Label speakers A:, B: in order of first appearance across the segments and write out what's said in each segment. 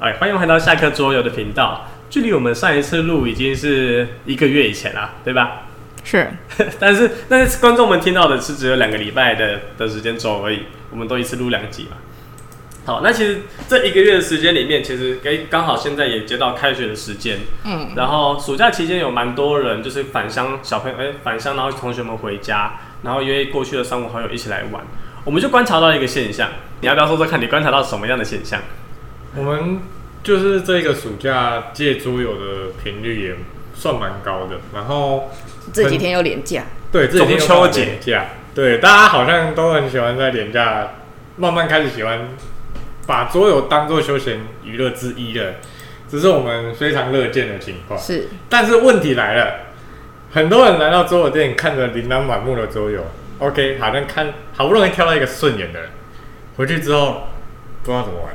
A: 哎，欢迎回到下课桌游的频道。距离我们上一次录已经是一个月以前啦，对吧？
B: 是，
A: 但是但是观众们听到的是只有两个礼拜的的时间轴而已，我们都一次录两集嘛。好，那其实这一个月的时间里面，其实诶刚好现在也接到开学的时间，
B: 嗯，
A: 然后暑假期间有蛮多人就是返乡小朋友，哎、返乡，然后同学们回家，然后约过去的三五好友一起来玩。我们就观察到一个现象，你要不要说说看，你观察到什么样的现象？
C: 我们就是这个暑假借桌游的频率也算蛮高的，然后
B: 这几天又廉价，
C: 对这几天又
A: 中秋
C: 到
A: 节
C: 连假，对大家好像都很喜欢在廉假慢慢开始喜欢把桌游当做休闲娱乐之一了，这是我们非常乐见的情况。
B: 是
C: 但是问题来了，很多人来到桌游店看着琳琅满目的桌游，OK，好像看好不容易挑到一个顺眼的人，回去之后不知道怎么玩，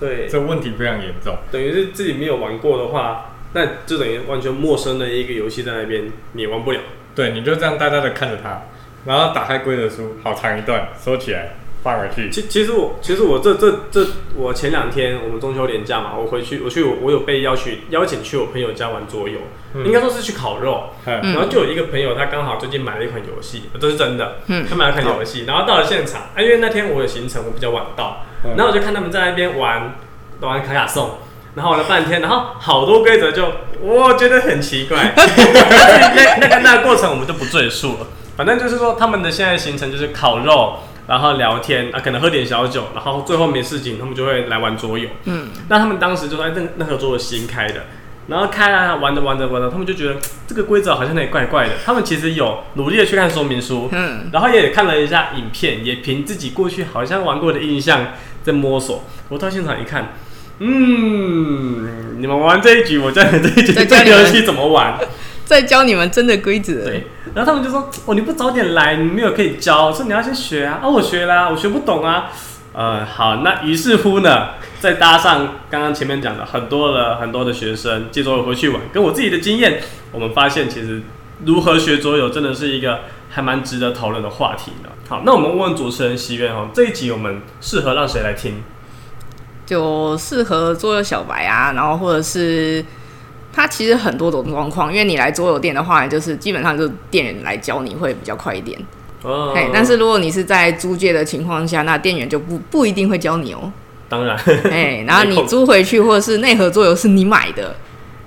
A: 对
C: 这问题非常严重。
A: 等于是自己没有玩过的话，那就等于完全陌生的一个游戏在那边，你也玩不了。
C: 对，你就这样呆呆的看着它，然后打开规则书，好长一段，收起来，放回去。
A: 其其实我其实我这这这我前两天我们中秋连假嘛，我回去我去我我有被邀去邀请去我朋友家玩桌游，
C: 嗯
A: 应该说是去烤肉。
C: 嗯
A: 然后就有一个朋友，他刚好最近买了一款游戏，这是真的，
B: 嗯
A: 他买了一款游戏，然后到了现场，啊，因为那天我有行程，我比较晚到，
C: 嗯
A: 然后我就看他们在那边玩玩卡卡颂，然后玩了半天，然后好多规则就我觉得很奇怪，那那个那个过程我们就不赘述了，反正就是说他们的现在行程就是烤肉。然后聊天啊，可能喝点小酒，然后最后没事情，他们就会来玩桌游。
B: 嗯，
A: 那他们当时就说，哎，那那合作是新开的，然后开啊玩着玩着玩着，他们就觉得这个规则好像有点怪怪的。他们其实有努力的去看说明书，
B: 嗯，
A: 然后也看了一下影片，也凭自己过去好像玩过的印象在摸索。我到现场一看，嗯，你们玩这一局，我教你们这一局这
B: 对教
A: 个
B: 你们
A: 游戏怎么玩。
B: 再教你们真的规则，
A: 对，然后他们就说：“哦，你不早点来，你没有可以教。”我说：“你要先学啊！”啊，我学啦、我学不懂啊。呃，好，那于是乎呢，再搭上刚刚前面讲的很多的很多的学生借桌游回去玩，跟我自己的经验，我们发现其实如何学桌游真的是一个还蛮值得讨论的话题的。好，那我们问问主持人席渊哦，这一集我们适合让谁来听？
B: 就适合桌游小白啊，然后或者是它其实很多种状况，因为你来桌游店的话，就是基本上就是店员来教你会比较快一点，
A: 哦
B: 哎、但是如果你是在租借的情况下，那店员就不不一定会教你哦、
A: 当然，
B: 哎，然后你租回去或者是内合桌游是你买的，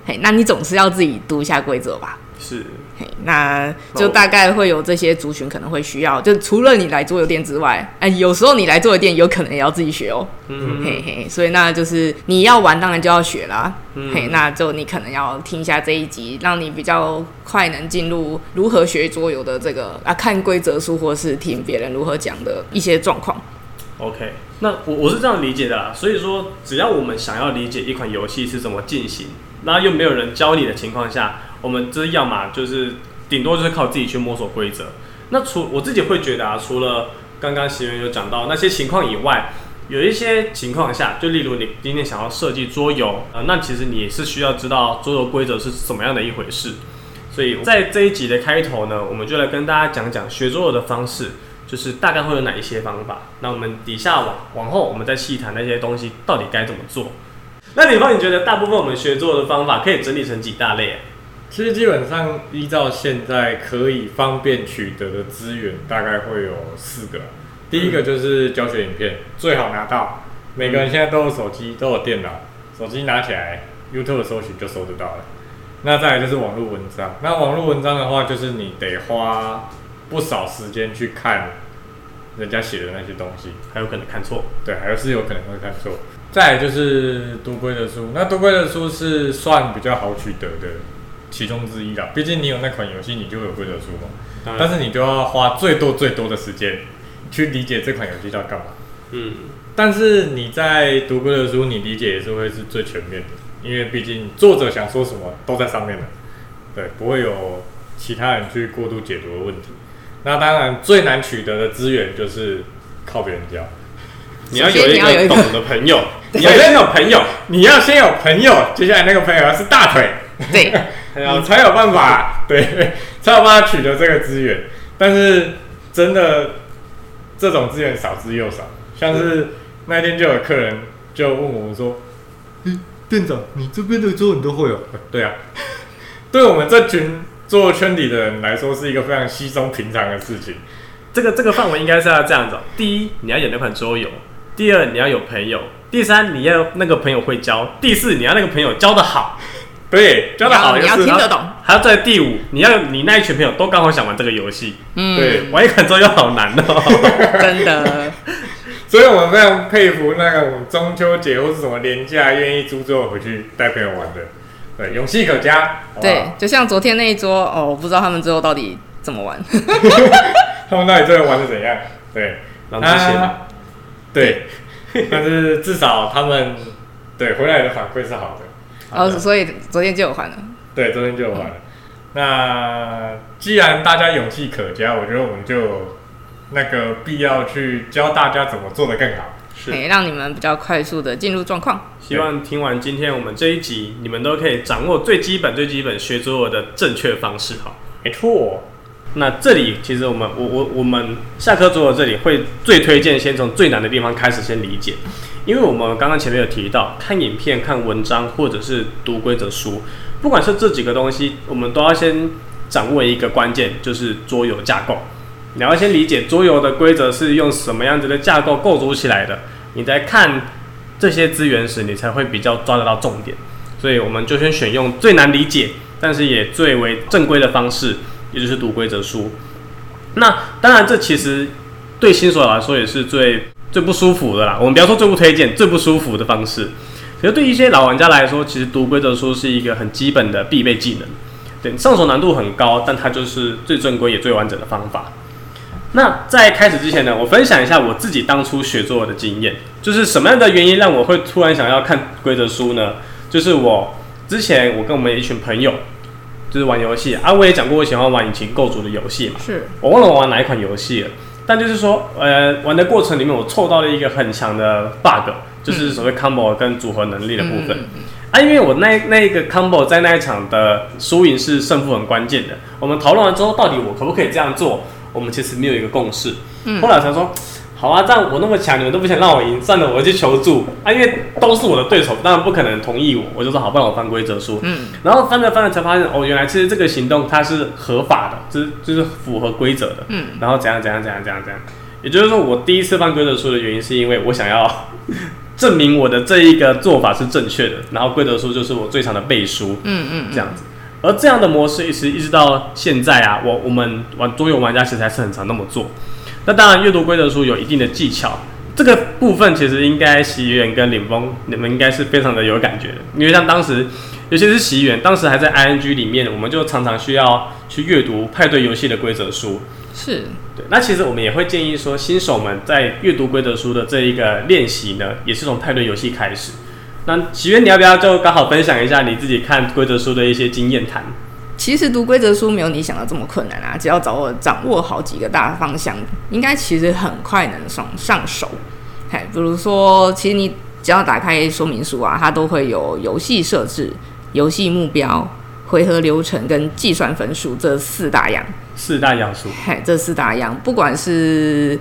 B: 嘿，那你总是要自己读一下规则吧。
A: 是
B: 嘿，那就大概会有这些族群可能会需要，就除了你来桌游店之外，哎、有时候你来桌游店有可能也要自己学哦、
A: 嗯
B: 嘿嘿，所以那就是你要玩，当然就要学啦。
A: 嗯
B: 嘿，那就你可能要听一下这一集，让你比较快能进入如何学桌游的这个啊，看规则书或是听别人如何讲的一些状况。
A: OK，那我我是这样理解的啦。所以说，只要我们想要理解一款游戏是怎么进行，那又没有人教你的情况下，我们这要么就是顶多就是靠自己去摸索规则。那除我自己会觉得啊，除了刚刚席源有讲到那些情况以外，有一些情况下，就例如你今天想要设计桌游，呃，那其实你也是需要知道桌游规则是怎么样的一回事。所以在这一集的开头呢，我们就来跟大家讲讲学桌游的方式，就是大概会有哪一些方法。那我们底下往往后，我们再细谈那些东西到底该怎么做。那李芳，你觉得大部分我们学桌游的方法可以整理成几大类啊？
C: 其实基本上依照现在可以方便取得的资源，大概会有四个。第一个就是教学影片，最好拿到。每个人现在都有手机，都有电脑，手机拿起来，YouTube 搜寻就搜得到了。那再来就是网络文章，那网络文章的话，就是你得花不少时间去看人家写的那些东西。
A: 还有可能看错。
C: 对，还是有可能会看错。再来就是多规的书，那多规的书是算比较好取得的其中之一啦。毕竟你有那款游戏，你就有规则书嘛。
A: 嗯
C: 但是你就要花最多最多的时间去理解这款游戏要干嘛。
A: 嗯，
C: 但是你在读规则书，你理解也是会是最全面的，因为毕竟作者想说什么都在上面了，对，不会有其他人去过度解读的问题。那当然，最难取得的资源就是靠别人教。
A: 你要
B: 首
A: 有
B: 先
A: 一
B: 你要有
A: 个
B: 一个
A: 懂的朋友，你
C: 对
A: 要先有朋友，
C: 你要先有朋友，接下来那个朋友要是大腿，
B: 对，
C: 你才有办法，对，才有办法取得这个资源。但是真的这种资源少之又少，像是那天就有客人就问我们说：“诶店长，你这边的桌你都会哦？呃对啊，对我们这群做圈里的人来说，是一个非常稀松平常的事情。
A: 这个这个范围应该是要这样子、哦：第一，你要演那款桌游；第二，你要有朋友；第三，你要那个朋友会教；第四，你要那个朋友教的好，
C: 对，
A: 教的好
B: 你
A: 就
B: 要
A: 是
B: 你要听得
A: 然后
B: 懂
A: 还要在第五，你要你那一群朋友都刚好想玩这个游戏，
B: 嗯，
C: 对，
A: 玩一款桌游好难哦。
B: 真 的，
C: 所以我们非常佩服那种中秋节或是什么年假愿意租桌游回去带朋友玩的，对，勇气可嘉。好不好
B: 对，，就像昨天那一桌哦，我不知道他们最后到底怎么玩。
C: 他们到底最后玩的怎样？对，
A: 狼之前、
C: 啊对， 但是至少他们对回来的反馈是好的。
B: 然 后哦所以昨天就有还了，
C: 对，昨天就有玩了。那既然大家勇气可嘉，我觉得我们就有那个必要去教大家怎么做得更好。
A: 是
B: 可以让你们比较快速的进入状况。
A: 希望听完今天我们这一集，你们都可以掌握最基本、最基本学桌游的正确方式哈。
C: 没错，
A: 那这里其实我们我我我们下课桌游这里会最推荐先从最难的地方开始先理解，因为我们刚刚前面有提到，看影片、看文章或者是读规则书，不管是这几个东西，我们都要先掌握一个关键，就是桌游架构。你要先理解桌游的规则是用什么样子的架构构筑起来的，你在看这些资源时，你才会比较抓得到重点。所以我们就先选用最难理解，但是也最为正规的方式，也就是读规则书。那当然，这其实对新手来说也是最最不舒服的啦。我们不要说最不推荐，最不舒服的方式。可是对一些老玩家来说，其实读规则书是一个很基本的必备技能。对，上手难度很高，但它就是最正规也最完整的方法。那在开始之前呢，我分享一下我自己当初学作文的经验，就是什么样的原因让我会突然想要看规则书呢？就是我之前我跟我们一群朋友就是玩游戏啊，我也讲过我喜欢玩引擎构筑的游戏嘛，
B: 是，
A: 我忘了我玩哪一款游戏了，但就是说，呃，玩的过程里面我凑到了一个很强的 bug，就是所谓 combo 跟组合能力的部分。
B: 嗯
A: 啊，因为我那那一个 combo 在那一场的输赢是胜负很关键的。我们讨论完之后，到底我可不可以这样做，我们其实没有一个共识。
B: 嗯
A: 后来我才说，好啊，这样我那么强，你们都不想让我赢，算了，我去求助。啊，因为都是我的对手，当然不可能同意我，我就说好，不然我翻规则书。
B: 嗯，
A: 然后翻着翻着才发现，哦，原来其实这个行动它是合法的，就是就是符合规则的。
B: 嗯，
A: 然后怎样怎样怎样怎样怎样。也就是说，我第一次翻规则书的原因是因为我想要 证明我的这一个做法是正确的，然后规则书就是我最常的背书。
B: 嗯嗯，
A: 这样子。而这样的模式，一直一直到现在啊，我我们玩桌游玩家其实还是很常那么做。那当然，阅读规则书有一定的技巧，这个部分其实应该席元跟领峰你们应该是非常的有感觉的，因为像当时，尤其是席元，当时还在 ING 里面，我们就常常需要去阅读派对游戏的规则书。
B: 是，
A: 对，那其实我们也会建议说，新手们在阅读规则书的这一个练习呢，也是从派对游戏开始。那喜源，你要不要就刚好分享一下你自己看规则书的一些经验谈？
B: 其实读规则书没有你想的这么困难啊，只要掌握掌握好几个大方向，应该其实很快能上上手。嘿，比如说，其实你只要打开说明书啊，它都会有游戏设置、游戏目标、回合流程跟计算分数这四大样。
A: 四大要素，
B: 嘿，这四大样，不管是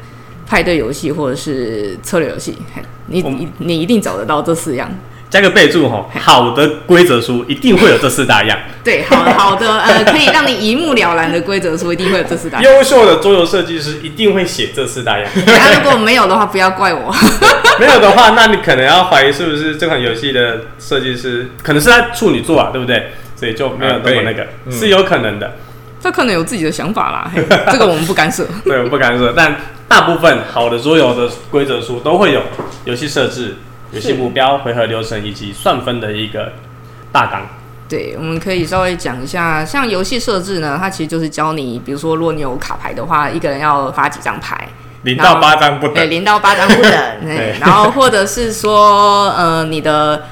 B: 派对游戏或者是策略游戏，嘿，你
A: 我们
B: 你你一定找得到这四样。
A: 加个备注哈，好的规则书一定会有这四大 样，
B: 对，好好的， 呃，可以让你一目了然的规则书一定会有 这四大样。
A: 优秀的桌游设计师一定会写这四大样。
B: 那如果没有的话，不要怪我。
A: 没有的话，那你可能要怀疑是不是这款游戏的设计师可能是在处女座啊，对不对？所以就没有那么那个，
C: 啊对嗯
A: 是有可能的。
B: 他可能有自己的想法啦，嘿这个我们不干涉。
A: 对，我不敢说，但大部分好的桌游的规则书都会有游戏设置、游戏目标、回合流程以及算分的一个大纲。
B: 对，我们可以稍微讲一下，像游戏设置呢，它其实就是教你，比如说，如果你有卡牌的话，一个人要发几张牌，
C: 零到八张不
B: 对，
C: 等，
B: 零到八张不等，哎然后或者是说，呃，你的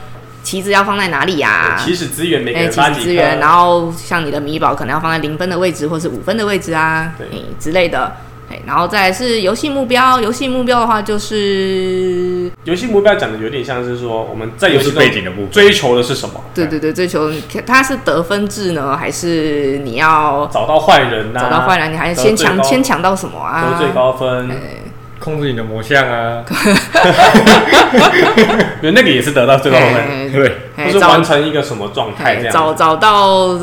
B: 旗子要放在哪 里呀、
A: 起始资源每个
B: 哎，
A: 人
B: 起
A: 发
B: 始
A: 几
B: 资源，
A: 颗，
B: 然后像你的米宝可能要放在零分的位置，或是五分的位置啊，
A: 对
B: 哎之类的。哎，然后再来是游戏目标，游戏目标的话就是，
A: 游戏目标讲的有点像是说我们在游
C: 又
A: 戏
C: 是
A: 中
C: 背景的部分。
A: 追求的是什么？
B: 对对对，追求它是得分制呢，还是你要
A: 找到坏人呐、
B: 找到坏人，你还
A: 得
B: 先
A: 最
B: 抢
A: 高
B: 先抢到什么啊？
A: 得最高分，
B: 哎
C: 控制你的魔像啊，
A: 因为那个也是得到最后面，
B: 哎
C: 对，
A: 就
B: 哎
A: 是
B: 找
A: 完成一个什么状态这
B: 哎
A: 样。
B: 找找到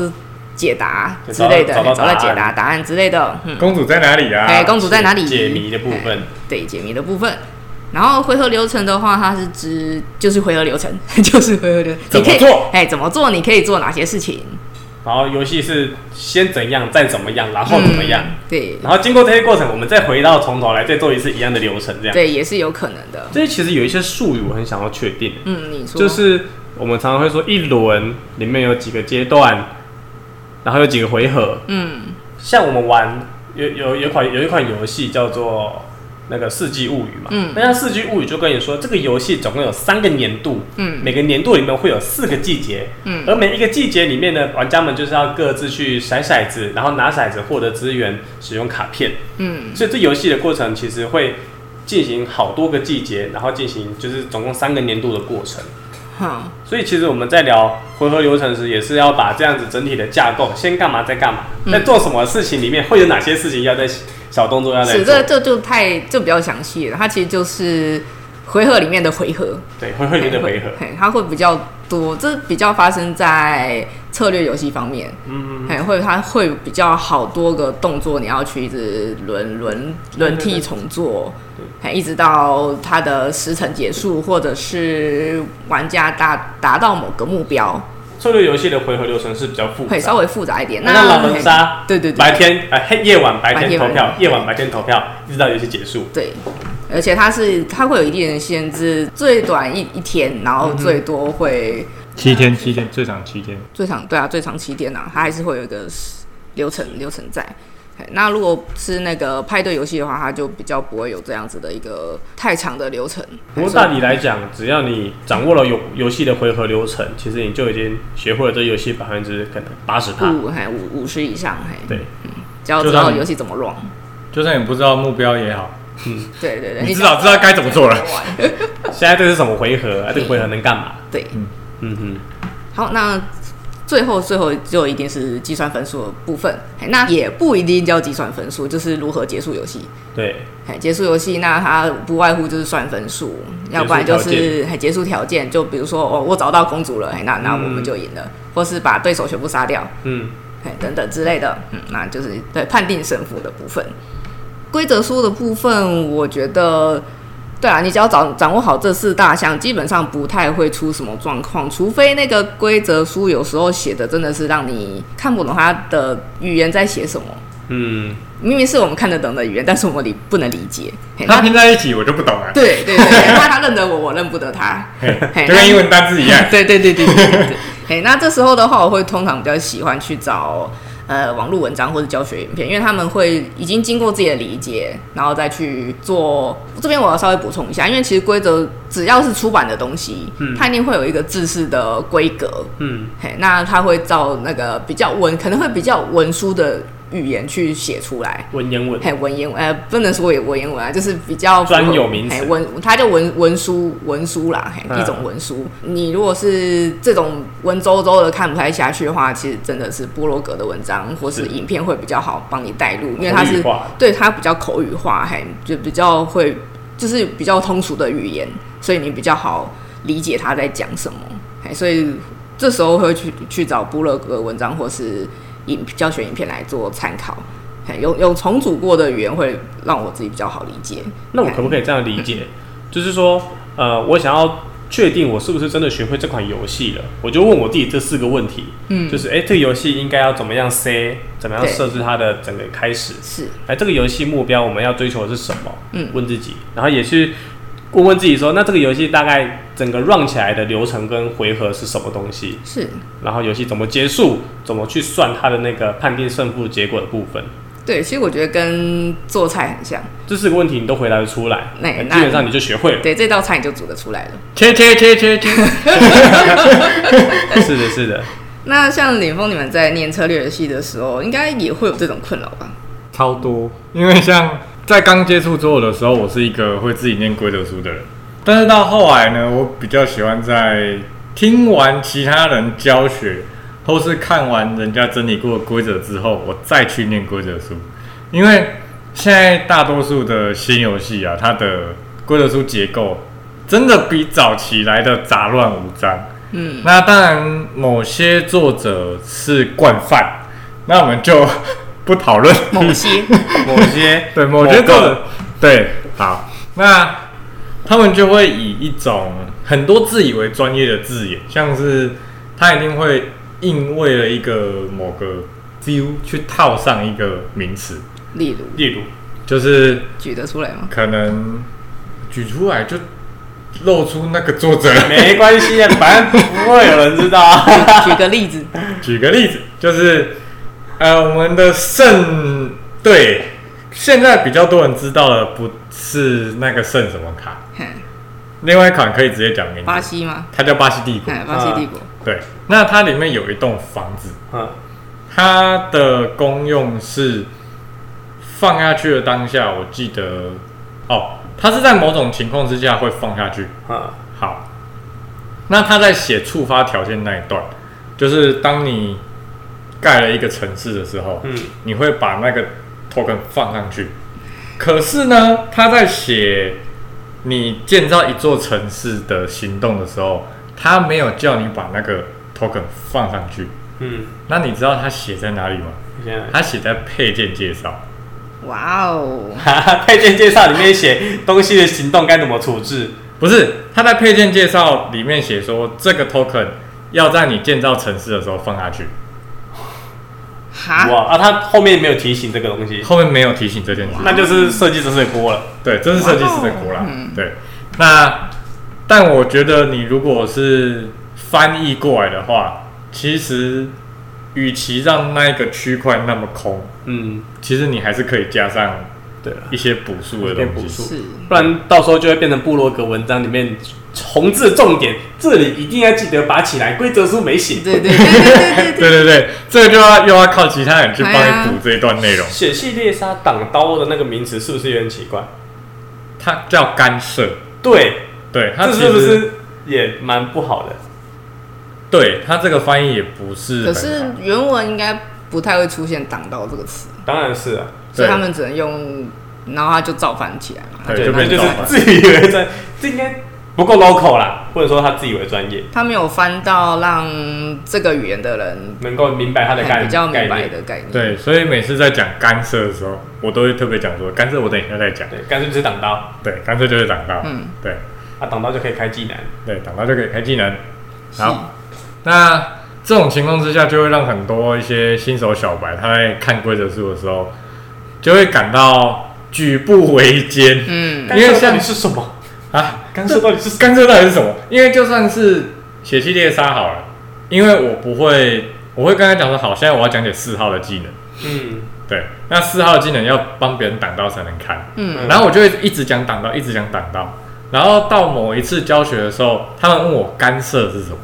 B: 解答
A: 对
B: 之类的，
A: 找到
B: 哎
A: 找
B: 找
A: 到
B: 到
A: 答
B: 解
A: 案
B: 答答案之类的，嗯，
C: 公主在哪里啊？
B: 哎，公主在哪里？哎
A: 解谜的部分，
B: 对解谜的部分。然后回合流程的话，它是指就是回合流程， 就是回合流程。
C: 怎么
B: 你可以
C: 做？
B: 哎，怎么做？你可以做哪些事情？
A: 然后游戏是先怎样，再怎么样，然后怎么样，
B: 嗯？对
A: 然后经过这些过程，我们再回到从头来，再做一次一样的流程，这样。
B: 对，也是有可能的。
A: 这其实有一些术语我很想要确定，
B: 嗯，你说
A: 就是我们常常会说一轮里面有几个阶段，然后有几个回合。
B: 嗯，
A: 像我们玩有有有一款有一款游戏叫做那个《世纪物语》嘛，
B: 嗯
A: 那像《世纪物语》就跟你说，这个游戏总共有三个年度，
B: 嗯
A: 每个年度里面会有四个季节，
B: 嗯
A: 而每一个季节里面呢，玩家们就是要各自去甩骰子，然后拿骰子获得资源，使用卡片，
B: 嗯
A: 所以这游戏的过程其实会进行好多个季节，然后进行就是总共三个年度的过程。
B: 好，
A: 所以其实我们在聊回合流程时，也是要把这样子整体的架构，先干嘛再干嘛，
B: 嗯
A: 在做什么事情里面会有哪些事情要在小动作要在
B: 是
A: 做，
B: 这这就太这比较详细了。它其实就是回合里面的回合，
A: 对，回合里面的回合，
B: 嘿，它会比较多，这比较发生在策略游戏方面，
A: 嗯，
B: 嘿，会它会比较好多个动作，你要去一直轮轮轮
A: 对对
B: 替重做，嘿，一直到它的时程结束，或者是玩家达达到某个目标，
A: 策略游戏的回合流程是比较复
B: 会
A: 杂
B: 稍。微复杂一点。
A: 那像狼人杀
B: 嘿对对对，
A: 白天呃黑夜晚白
B: 白
A: 天
B: 天
A: 投票
B: 白，
A: 夜晚白天投票，一直到游戏结束。
B: 对，而且它是它会有一定的限制，最短一一天，然
A: 嗯
B: 后最多会、
C: 七天，七天，最长七天。
B: 最长对啊，最长七天啊，它还是会有一个流程流程在。嘿那如果是那个派对游戏的话，它就比较不会有这样子的一个太长的流程。
A: 不过
B: 所以
A: 大体来讲，只要你掌握了游游戏的回合流程，其实你就已经学会了这游戏百分之可能八十趴。
B: 五还五五十以上，嘿，
A: 对，
B: 只要
C: 就
B: 知道
C: 让你
B: 游戏怎么 run，
C: 就算你不知道目标也好，
B: 对对对，
C: 你至少知道该怎么做了
B: 你知道怎么玩
A: 现在这是什么回合？啊、这个回合能干嘛？
B: 对，
A: 嗯哼，
B: 好，那最后最后就一定是计算分数的部分，嘿那也不一定叫计算分数，就是如何结束游戏。
A: 对。
B: 哎，结束游戏，那它不外乎就是算分数，要不然就
A: 结束条
B: 是哎结束条件，就比如说哦，我找到公主了，哎，那那我们就赢了，或是把对手全部杀掉，
A: 嗯，
B: 哎，等等之类的，嗯，那就是对判定胜负的部分。规则书的部分，我觉得，对啊，你只要掌掌握好这四大项，基本上不太会出什么状况，除非那个规则书有时候写的真的是让你看不懂它的语言在写什么。
A: 嗯，
B: 明明是我们看得懂的语言，但是我们理不能理解。嘿那
C: 它拼在一起我就不懂了，
B: 对 对对，对那他认得我，我认不得他。嘿
C: 就跟英文单字一样
B: 那。 对对对对对对对。嘿，那这时候的话，我会通常比较喜欢去找呃网络文章或者教学影片，因为他们会已经经过自己的理解，然后再去做。这边我要稍微补充一下，因为其实规则只要是出版的东西，
C: 嗯
B: 它一定会有一个制式的规格。
A: 嗯，
B: 嘿，那它会照那个比较文，可能会比较文书的语言去写出来。
A: 文言文，
B: 嘿，文言文呃，不能说文文言文啊，就是比较符合
A: 专有名词
B: 嘿文，它叫文文书文书啦，嘿，
A: 嗯
B: 一种文书。你如果是这种文绉绉的看不太下去的话，其实真的是波罗格的文章或是
A: 是
B: 影片会比较好帮你带入，因为它
A: 口语
B: 是
A: 化
B: 对它比较口语化，嘿，就比较会就是比较通俗的语言，所以你比较好理解他在讲什么，嘿，所以这时候会去去找布勒格文章或是影教学影片来做参考。嘿有有重组过的语言会让我自己比较好理解。
A: 那我可不可以这样理 解？就是说，呃，我想要确定我是不是真的学会这款游戏了，我就问我自己这四个问题，
B: 嗯
A: 就是哎、诶这个游戏应该要怎么样塞，怎么样
B: 对
A: 设置它的整个开始，
B: 是，
A: 哎，这个游戏目标我们要追求的是什么？
B: 嗯
A: 问自己，然后也去问问自己说，那这个游戏大概整个 run 起来的流程跟回合是什么东西？
B: 是，
A: 然后游戏怎么结束，怎么去算它的那个判定胜负结果的部分。
B: 对，其实我觉得跟做菜很像，
A: 这四个问题你都回答得出来，
B: 那
A: 哎
B: 那
A: 基本上你就学会了。
B: 对，这道菜你就煮得出来了。
C: 切切切切切，
A: 是的，是的，
B: 那像林峰，你们在念策略游戏的时候，应该也会有这种困扰吧？
C: 超多。因为像在刚接触桌游的时候，我是一个会自己念规则书的人，但是到后来呢，我比较喜欢在听完其他人教学，或是看完人家整理过的规则之后，我再去念规则书，因为现在大多数的新游戏啊，它的规则书结构真的比早期来的杂乱无章。
B: 嗯，
C: 那当然，某些作者是惯犯，那我们就 不讨论
B: 某些
A: 某些
C: 对，某些作者对，好，那他们就会以一种很多自以为专业的字眼，像是他一定会硬为了一个某个 view 去套上一个名词，
B: 例如
A: 例如，
C: 就是
B: 举得出来吗？
C: 可能举出来就露出那个作者。
A: 没关系啊，反正不会有人知道啊。
B: 举个例子，
C: 举个例子，就是呃，我们的肾对，现在比较多人知道的不是那个肾什么卡，
B: 嘿
C: 另外一款可以直接讲名字，
B: 巴西吗？
C: 它叫巴西帝国。
B: 哎，巴西帝国，
C: 对，那它里面有一栋房子，
A: 嗯，
C: 它的功用是放下去的当下，我记得哦，它是在某种情况之下会放下去。
A: 嗯
C: 好，那他在写触发条件那一段，就是当你盖了一个城市的时候，
A: 嗯
C: 你会把那个 token 放上去。可是呢，他在写你建造一座城市的行动的时候，他没有叫你把那个 token 放上去。
A: 嗯，
C: 那你知道他写在哪里吗？
A: 现在
C: 他写在配件介绍。
B: 哇哦，
A: 哈哈配件介绍里面写东西的行动该怎么处置，
C: 不是，他在配件介绍里面写说，这个 token 要在你建造城市的时候放下去。
B: 哈，
A: 哇啊，他后面没有提醒这个东西，
C: 后面没有提醒这件事，
A: 那就是设计师的锅了。
C: 对，这是设计师的锅
B: 哇
C: 啦
B: 哦嗯。
C: 对，那但我觉得你如果是翻译过来的话，其实与其让那一个区块那么空，
A: 嗯，
C: 其实你还是可以加上
A: 对了，
C: 一些补数的
A: 一些补
C: 东
A: 数
C: 西。
B: 是
A: 不然到时候就会变成部落格文章里面红字重点，这里一定要记得拔起来，规则书没写，
B: 对对对对对对
C: 对对对，这个就要又要靠其他人去帮
B: 哎呀
C: 你补这一段内容，
A: 血系猎杀挡刀的那个名词是不是有点奇怪？
C: 它叫干涉。
A: 对，
C: 对，它
A: 这
C: 其
A: 是不
C: 实
A: 是也蛮不好的？
C: 对它这个翻译也不是
B: 对，
C: 很
B: 可
C: 好。
B: 是原文应该不太会出现“挡刀”这个词，
A: 当然是啊，
B: 所以
C: 对
B: 他们只能用，然后他就造反起来嘛。
C: 对
A: 对，
C: 就
A: 那
C: 变
A: 就是
C: 造反
A: 自以为专，这应该不够 local 啦，或者说他自以为专业，
B: 他没有翻到让这个语言的人
A: 能够明白他的概
B: 哎比较明
A: 概
B: 白
A: 念。
B: 的概念。，
C: 对，所以每次在讲干涉的时候，我都会特别讲说干涉，我等一下再讲。
A: 对，干脆就是挡刀，
C: 对，干脆就是挡到。
B: 嗯，
C: 对
A: 啊，挡刀就可以开技能。
C: 对，挡到就可以开技能。好，那这种情况之下，就会让很多一些新手小白，他在看规则书的时候，就会感到举步维艰
B: 嗯，
A: 干涉
C: 因为像
A: 到底是什么？
C: 啊！
A: 干涉到底是什么？
C: 干涉到底是什么？因为就算是血系猎杀好了，因为我不会，我会跟他讲说，好，现在我要讲解四号的技能。
A: 嗯，
C: 对，那四号的技能要帮别人挡到才能开。
B: 嗯
C: 然后我就会一直讲挡到，一直讲挡到。然后到某一次教学的时候，他们问我干涉是什么，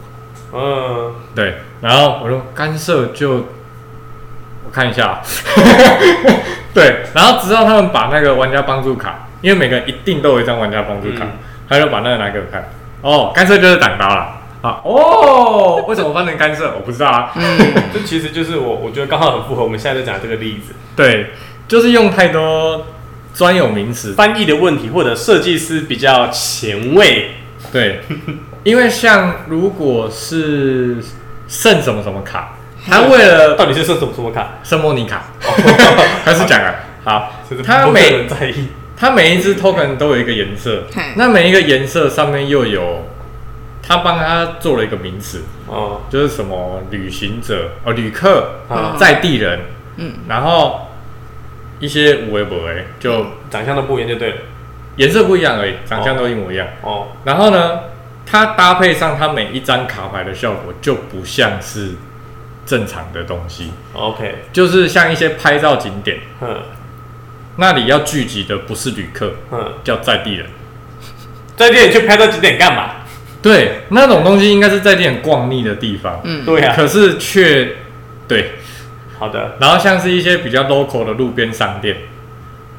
A: 嗯，
C: 对，然后我说干涉就我看一下啊， 对，然后直到他们把那个玩家帮助卡，因为每个人一定都有一张玩家帮助卡，
A: 嗯
C: 他就把那个拿给我看，哦，干涉就是挡刀啦。啊哦，为什么翻成干涉？我不知道啊。
B: 嗯
A: 这其实就是我，我觉得刚好很符合我们现在在讲的这个例子，
C: 对，就是用太多专有名词
A: 翻译的问题，或者设计师比较前卫，
C: 对，因为像如果是剩什么什么卡，他为了
A: 嗯到底是设什么什么卡，
C: 圣莫 尼卡，开始讲了。啊好
A: 就是，
C: 他
A: 不会有
C: 每
A: 人在意。
C: 他每一只 token 都有一个颜色
B: 嘿，
C: 那每一个颜色上面又有他帮他做了一个名词，
A: 哦，
C: 就是什么旅行者哦，旅客
A: 嗯，
C: 在地人，
B: 嗯，
C: 然后一些无为不为，就
A: 长相都不一样就对了。
C: 颜色不一样而已，长相都一模一样。
A: 哦，
C: 然后呢，它搭配上它每一张卡牌的效果就不像是正常的东西，
A: OK，
C: 就是像一些拍照景点，
A: 嗯
C: 那里要聚集的不是旅客，
A: 嗯，
C: 叫在地人。
A: 在店里去拍到几点干嘛？
C: 对，那种东西应该是在地人逛腻的地方，
B: 嗯
A: 对呀、啊，
C: 可是却对。
A: 好的，
C: 然后像是一些比较 local 的路边商店，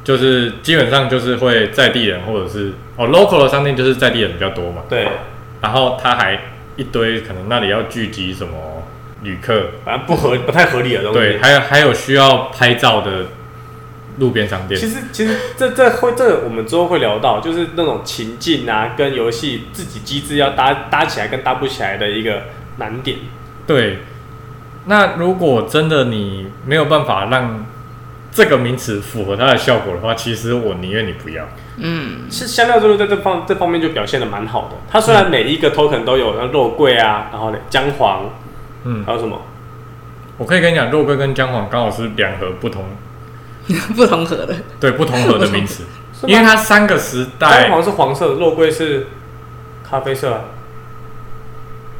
C: 就是基本上就是会在地人或者是哦 local 的商店就是在地人比较多嘛。
A: 对，
C: 然后他还一堆可能那里要聚集什么旅客，
A: 反正不合不太合理的东西。
C: 对，还有还有需要拍照的路边商店
A: 其。实其实这这会这我们之后会聊到，就是那种情境啊，跟游戏自己机制要搭搭起来跟搭不起来的一个难点。
C: 对，那如果真的你没有办法让这个名词符合它的效果的话，其实我宁愿你不要。
B: 嗯，
A: 是香料之路在这方这方面就表现的蛮好的。它虽然每一个 token 都有像肉桂啊，然后嘞姜黄，
C: 嗯，
A: 还有什么？
C: 我可以跟你讲，肉桂跟姜黄刚好是两盒不同，
B: 不同盒的，
C: 对不同盒的名词，
A: 是吗
C: 因为它三个时
A: 姜
C: 代
A: 黄是黄色，肉桂是咖啡色啊。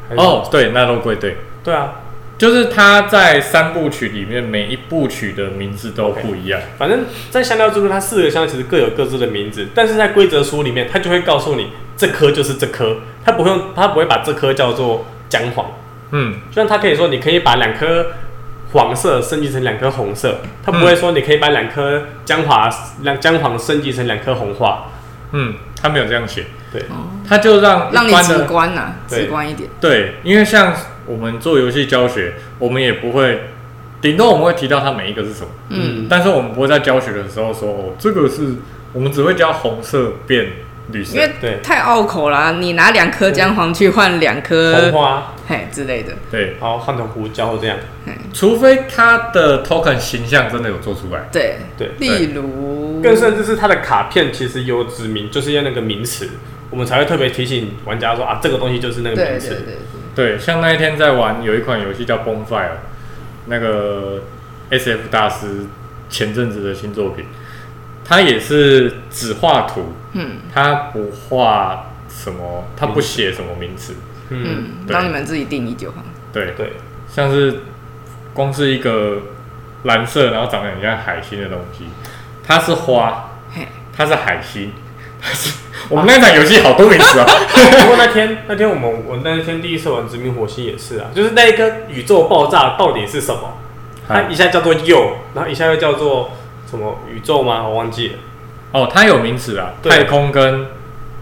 A: 还是，
C: 哦，对，那肉桂对，
A: 对啊，
C: 就是它在三部曲里面每一部曲的名字都不一样。
A: 反正，在香料之路，它四个香其实各有各自的名字，但是在规则书里面，它就会告诉你这颗就是这颗，它不会用，它不会把这颗叫做姜黄。
C: 嗯，
A: 就像它可以说，你可以把两颗黄色升级成两颗红色，它不会说你可以把两颗姜华两姜黄升级成两颗红花。
C: 嗯，他没有这样写，
A: 对，
B: 哦
C: 他就让一
B: 让你
C: 般
B: 直
C: 啊的
B: 观呐、啊，
A: 对
B: 直观一点。
C: 对，因为像我们做游戏教学，我们也不会，顶多我们会提到它每一个是什么，
B: 嗯，
C: 但是我们不会在教学的时候说哦，这个是我们只会教红色变绿色
B: 因，为
A: 对
B: 太拗口啦、你拿两颗姜黄去换两颗
A: 红花，
B: 嘿之类的，
C: 对，
A: 然后换成胡椒这样。
C: 除非它的 token 形象真的有做出来，
B: 对
A: 对
B: 例如
A: 更甚至是它的卡片其实有指明，就是要那个名词，我们才会特别提醒玩家说啊，这个东西就是那个
B: 对对
A: 名
B: 对
A: 词。
B: 对，
C: 对，像那一天在玩有一款游戏叫《崩 fire》，那个 S F 大师前阵子的新作品，他也是只画图，
B: 嗯
C: 他不画什么，他不写什么名词，
A: 嗯，
B: 嗯，
C: 对
B: 让你们自己定义就好。
C: 对，
A: 对，
C: 像是光是一个蓝色，然后长得很像海星的东西，它是花，
B: 嘿，
C: 它是海星，它 是我们那场游戏好多名词啊，
A: 不过那天那天我们我那天第一次玩殖民火星也是啊，就是那一个宇宙爆炸到底是什么？它
C: 嗯
A: 一下叫做铀，然后一下又叫做什么宇宙吗？我忘记了。
C: 哦，它有名词啊，
A: 对
C: 太空跟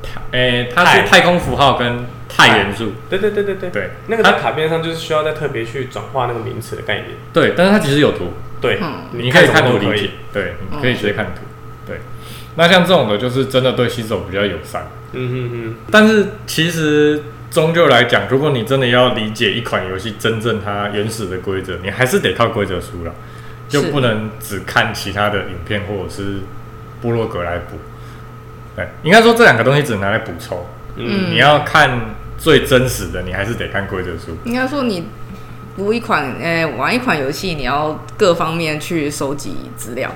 C: 太，诶、它是
A: 太嗯
C: 太空符号跟太元素，
A: 对对对对对，
C: 对，
A: 那个在
C: 它
A: 卡片上就是需要再特别去转化那个名词的概念。
C: 对，但是它其实有图，
A: 对，
B: 嗯
C: 你可以看
A: 什
C: 图
A: 么都可
C: 理
A: 以嗯
C: 解，。对，你可以直接看图，对。那像这种的，就是真的对新手比较友善，
A: 嗯哼
C: 但是其实终究来讲，如果你真的要理解一款游戏真正它原始的规则，你还是得靠规则书了，就是不能只看其他的影片或者是部落格来补。对，应该说这两个东西只能拿来补充。
A: 哼，嗯，
B: 嗯
C: 你要看最真实的，你还是得看规则书。
B: 应该说你读一款，诶、玩一款游戏，你要各方面去收集资料。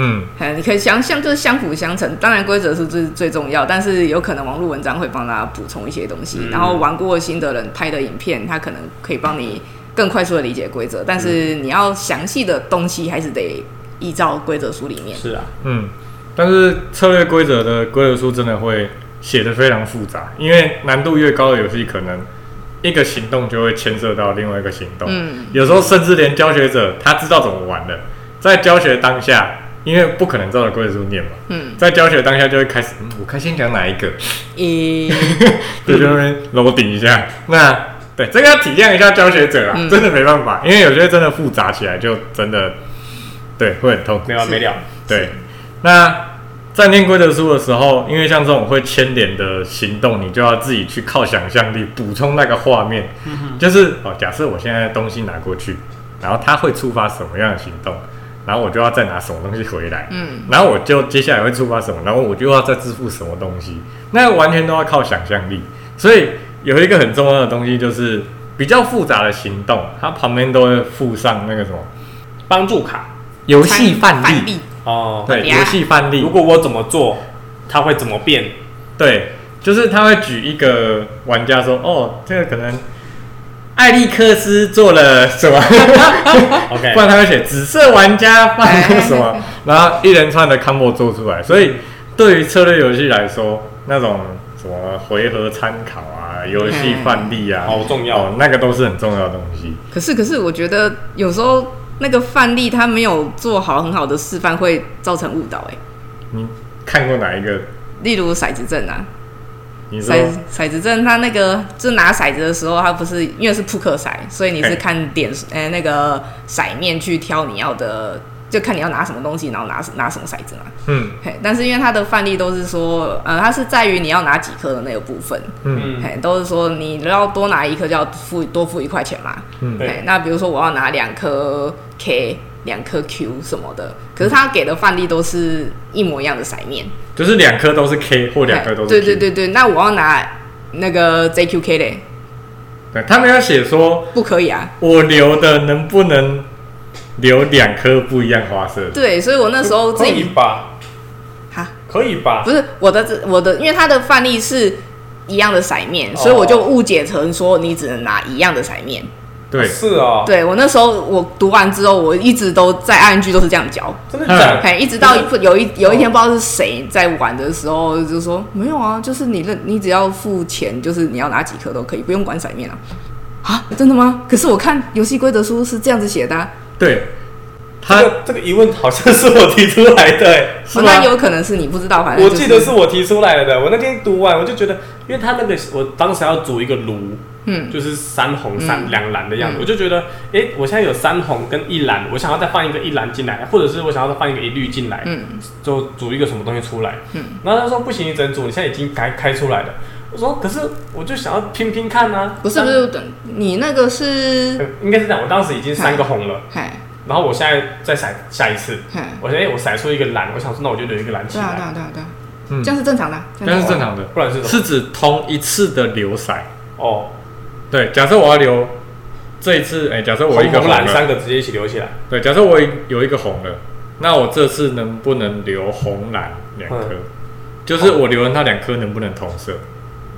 C: 嗯，
B: 哎，你可以相像就是相辅相成，当然规则是最最重要，但是有可能网络文章会帮大家补充一些东西，
A: 嗯
B: 然后玩过新的人拍的影片，他可能可以帮你更快速的理解规则，但是你要详细的东西还是得依照规则书里面。
A: 是啊，
C: 嗯，但是策略规则的规则书真的会写的非常复杂，因为难度越高的游戏，可能一个行动就会牵涉到另外一个行动。
B: 嗯，
C: 有时候甚至连教学者他知道怎么玩的，在教学当下，因为不可能照着规则书念嘛，
B: 嗯，
C: 在教学当下就会开始，嗯，我看先讲哪一个，
B: 一
C: 对，就在那边楼顶一下。那对这个要体谅一下教学者啊，
B: 嗯
C: 真的没办法，因为有些真的复杂起来就真的对会很痛苦
A: 没。完没了。
C: 对，那在念规则书的时候，因为像这种会牵连的行动，你就要自己去靠想象力补充那个画面。就是哦，假设我现在东西拿过去，然后它会触发什么样的行动，然后我就要再拿什么东西回来。
B: 嗯，
C: 然后我就接下来会触发什么，然后我就要再支付什么东西，那完全都要靠想象力。所以有一个很重要的东西就是比较复杂的行动，它旁边都会附上那个什么
A: 帮助卡
C: 游戏范
B: 范
C: 例，
B: 例，
A: 哦，
C: 对，
B: 呀
C: 游戏范例
A: 如，果我怎么做，它会怎么变？
C: 对，就是他会举一个玩家说，哦，这个可能。艾利克斯做了什么？
A: OK
C: 不然他会写紫色玩家办公什么，然后一连串的 combo 做出来。所以对于策略游戏来说，那种什么回合参考啊、游戏范例啊，
A: 好重要
C: 哦，那个都是很重要的东西。
B: 可是可是我觉得有时候那个范例他没有做好很好的示范，会造成误导、欸。
C: 你看过哪一个？
B: 例如骰子阵啊，
C: 你说
B: 骰骰子阵，它那个就拿骰子的时候，它不是因为是扑克骰，所以你是
C: 嘿
B: 看点呃那个骰面去挑你要的就看你要拿什么东西，然后拿拿什么骰子嘛。
C: 嗯
B: 嘿，但是因为它的范例都是说，呃，它是在于你要拿几颗的那个部分，
C: 嗯
A: 嗯，
B: 嘿，都是说你要多拿一颗就要付多付一块钱嘛。
C: 嗯
A: 对
B: 对，那比如说我要拿两颗 K、两颗 Q 什么的，可是他给的范例都是一模一样的骰面，
C: 就是两颗都是 K 或两颗都是
B: 对
C: Q
B: 对对对，那我要拿那个 JQK 嘞，
C: 对，他们要写说
B: 不可以啊。
C: 我留的能不能留两颗不一样花色的？
B: 对，所以我那时候自
A: 可以
B: 己
A: 吧？
B: 哈，
A: 可以吧？
B: 不是我的这我的，因为他的范例是一样的骰
C: 哦
B: 面，所以我就误解成说你只能拿一样的骰面。
C: 对，
A: 是哦，
B: 对我那时候我读完之后，我一直都在 ING 都是这样教。
A: 真的
C: 嗯
A: 假的？
B: 哎，一直到有一有一天不知道是谁在玩的时候，就说没有啊，就是你认你只要付钱，就是你要拿几颗都可以，不用管骰面啊。啊，真的吗？可是我看游戏规则书是这样子写的、啊，
C: 对，
A: 这
C: 他
A: 个这个疑问好像是我提出来的、欸，
C: 是
B: 哦
C: 吗
B: 那有可能是你不知道，反正、
A: 我
B: 就
A: 记得是我提出来的。我那天读完，我就觉得，因为他那个我当时要煮一个炉，
B: 嗯，
A: 就是三红三
B: 嗯
A: 两蓝的样子，
B: 嗯
A: 我就觉得，哎、我现在有三红跟一蓝，我想要再放一个一蓝进来，或者是我想要再放一个一绿进来，
B: 嗯，
A: 就煮一个什么东西出来。
B: 嗯
A: 然后他说不行，你只能煮，你现在已经开开出来了。我说可是我就想要拼拼看啊，
B: 不是不是，等你那个是
A: 呃，应该是这样，我当时已经三
B: 嗯
A: 个红了，
B: 嗨
A: 然后我现在再骰下一次，
B: 嗨，
A: 我说哎、我骰出一个蓝，我想说那我就留一个蓝起
B: 对啊对
A: 来，
B: 啊对啊对啊，
C: 嗯
B: 这，样是正常的啊，
C: 这样是正常的，
A: 不然是什么？
C: 是指同一次的流骰。
A: 哦，
C: 对，假设我要留这一次，哎、假设我一
A: 红红
C: 个红
A: 蓝
C: 了，
A: 三个直接一起留起来，
C: 对，假设我有一个红了，那我这次能不能留红蓝两
A: 嗯
C: 颗？就是我留完它两颗能不能同色，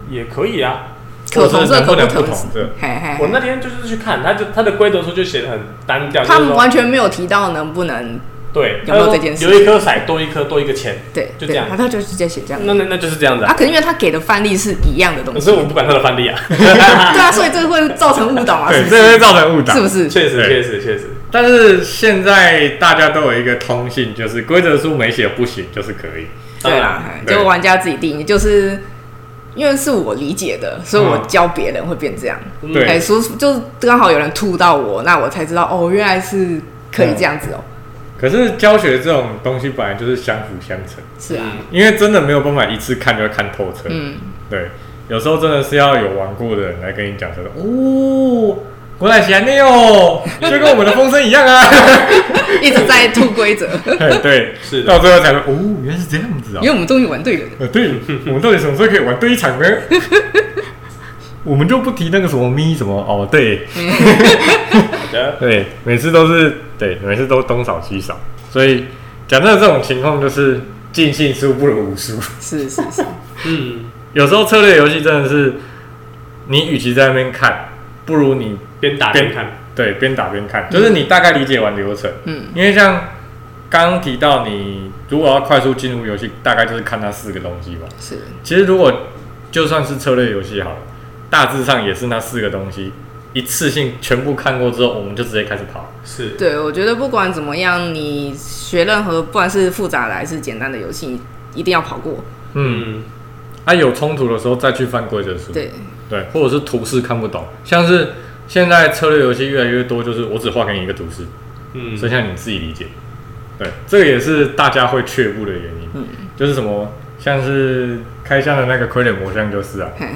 A: 也可以啊。
B: 可
C: 或者
B: 同
C: 是
B: 色
C: 能
B: 可
C: 能
B: 同
C: 同
B: 色，
C: 色？
B: 嘿嘿
A: 我
B: 嘿，
A: 那天就是去看，他就他的规则书就写的很单调，就
B: 他
A: 是
B: 们
A: 说
B: 完全没有提到能不能
A: 对，
B: 有没有
A: 他说
B: 这件事
A: 留一颗骰多一颗多一个钱，
B: 对
A: 就
B: 对，
A: 这样
B: 他就直接写这样。
A: 那那那就是这样子、
B: 啊，
A: 啊。
B: 可是因为他给的范例是一样的东
A: 可
B: 西，
A: 是我不管他的范例啊，
B: 对 啊，所以这会造成误
A: 啊
B: 导嘛，是
C: 对，
B: 不
C: 这
B: 是？
C: 会造成误导，
B: 是不是？
A: 确实
C: 对
A: 确实确实，
C: 但是现在大家都有一个通性，就是规则书没写不行，就是可以。
A: 当
B: 对
A: 然
B: 啦，
C: 对
B: 就玩家自己定义，就是因为是我理解的，所以我
A: 嗯
B: 教别人会变这样。
A: 嗯
C: 对
B: 哎，说就是刚好有人吐到我，那我才知道哦，原来是可以这样子哦。
C: 可是教学这种东西本来就是相辅相成，
B: 是啊，
C: 因为真的没有办法一次看就看透彻。
B: 嗯，
C: 对，有时候真的是要有玩过的人来跟你讲，说哦，我来闲的哟，就跟我们的风声一样啊。
B: 一直在吐规则，
C: 对，
A: 是的
C: 到最后才说哦，原来是这样子啊
B: 因为。我们终于玩对了。
C: 呃，对，我们到底什么时候可以玩对一场呢？我们就不提那个什么咪什么哦，对
A: 好的，
C: 对，每次都是对，每次都东少西少，所以讲到这种情况就是尽信书不如无书。
B: 是是是，
A: 嗯，
C: 有时候策略游戏真的是，你与其在那边看，不如你
A: 边打边看，
C: 对，边打边看，就是你大概理解完流程。
B: 嗯，
C: 因为像刚刚提到，你如果要快速进入游戏，大概就是看那四个东西吧。
B: 是
C: 其实如果就算是策略游戏好了，大致上也是那四个东西，一次性全部看过之后，我们就直接开始跑。
A: 是
B: 对，我觉得不管怎么样，你学任何不管是复杂的还是简单的游戏，你一定要跑过。
C: 嗯，
A: 嗯，
C: 啊，有冲突的时候再去翻规则书。
B: 对，
C: 对，或者是图示看不懂，像是现在策略游戏越来越多，就是我只画给你一个图示，
A: 嗯，
C: 剩下你自己理解。对，这个也是大家会却步的原因。
B: 嗯
C: 就是什么，像是开箱的那个傀儡魔像就是啊，
B: 嘿嘿。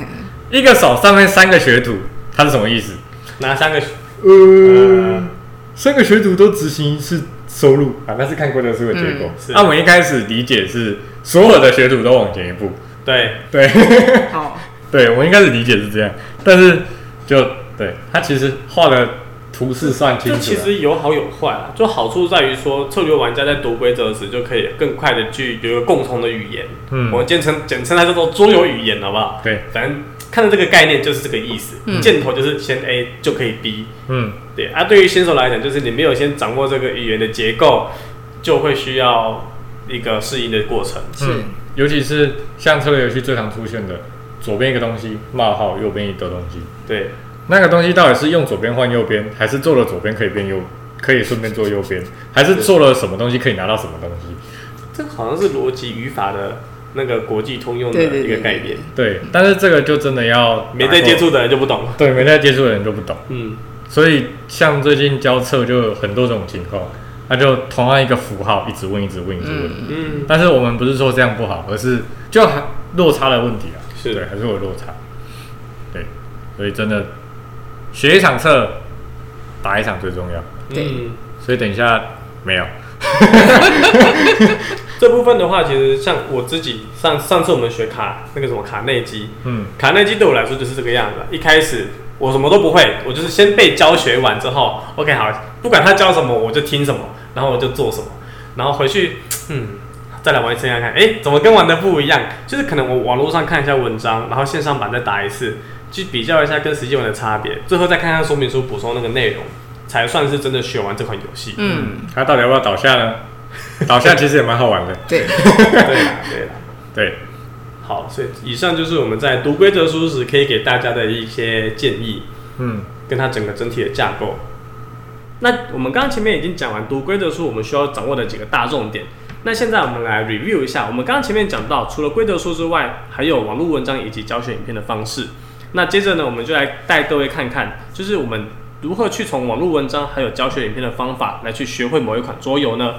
C: 一个手上面三个学徒，它是什么意思？
A: 拿三个，
C: 呃，
A: 嗯
C: 三个学徒都执行一次收入啊，那是看规则书的结果
A: 嗯是。
C: 那、我们一开始理解是所有的学徒都往前一步，
A: 对，
C: 对，
B: 好，
C: 对我们一开始理解是这样，但是就对它其实画的图示算清
A: 就
C: 楚
A: 其
C: 了，
A: 实有好有坏啊。就好处在于说，策略玩家在读规则时就可以更快的去有一个共同的语言，
C: 嗯
A: 我们简称简称它叫做桌游语言，好不好？
C: 对，
A: 反正看到这个概念就是这个意思，
B: 嗯
A: 箭头就是先 A 就可以 B，
C: 嗯，
A: 对啊。对于新手来讲，就是你没有先掌握这个语言的结构，就会需要一个适应的过程。
B: 是
C: 嗯，尤其是像策略游戏最常出现的，左边一个东西冒号，右边一个东西，
A: 对，
C: 那个东西到底是用左边换右边，还是做了左边可以变右，可以顺便做右边，还是做了什么东西可以拿到什么东西？
A: 这个好像是逻辑语法的那个国际通用的
B: 对对
A: 一个
B: 对
A: 概
B: 对
A: 念，
C: 对，但是这个就真的要
A: 没在接，触的人就不懂。
C: 对，没在接触的人就不懂。
A: 嗯，
C: 所以像最近交测就有很多种情况，他就同样一个符号一直问，一直问，一直问。
A: 嗯，
C: 但是我们不是说这样不好，而是就还落差的问题啊，
A: 是
C: 对，还是有落差，对，所以真的学一场测，打一场最重要。
B: 对
A: 嗯
C: 所以等一下没有，
A: 这部分的话，其实像我自己上上次我们学卡那个什么卡内基，
C: 嗯，
A: 卡内基对我来说就是这个样子啊。一开始我什么都不会，我就是先被教学完之后，OK 好，不管他教什么我就听什么，然后我就做什么，然后回去，嗯，再来玩一次看看，哎，怎么跟玩的不一样？就是可能我网络上看一下文章，然后线上版再打一次，去比较一下跟实际玩的差别，最后再看看说明书补充那个内容，才算是真的学完这款游戏。
B: 嗯，
C: 他到底要不要倒下呢？倒下其实也蛮好玩的，
B: 对，
A: 对啦，对啦。
C: 对，
A: 好，所以以上就是我们在读规则书时可以给大家的一些建议，
C: 嗯，
A: 跟它整个整体的架构。那我们刚刚前面已经讲完读规则书我们需要掌握的几个大重点。那现在我们来 review 一下，我们刚刚前面讲到，除了规则书之外，还有网络文章以及教学影片的方式。那接着呢，我们就来带各位看看，就是我们如何去从网络文章还有教学影片的方法来去学会某一款桌游呢？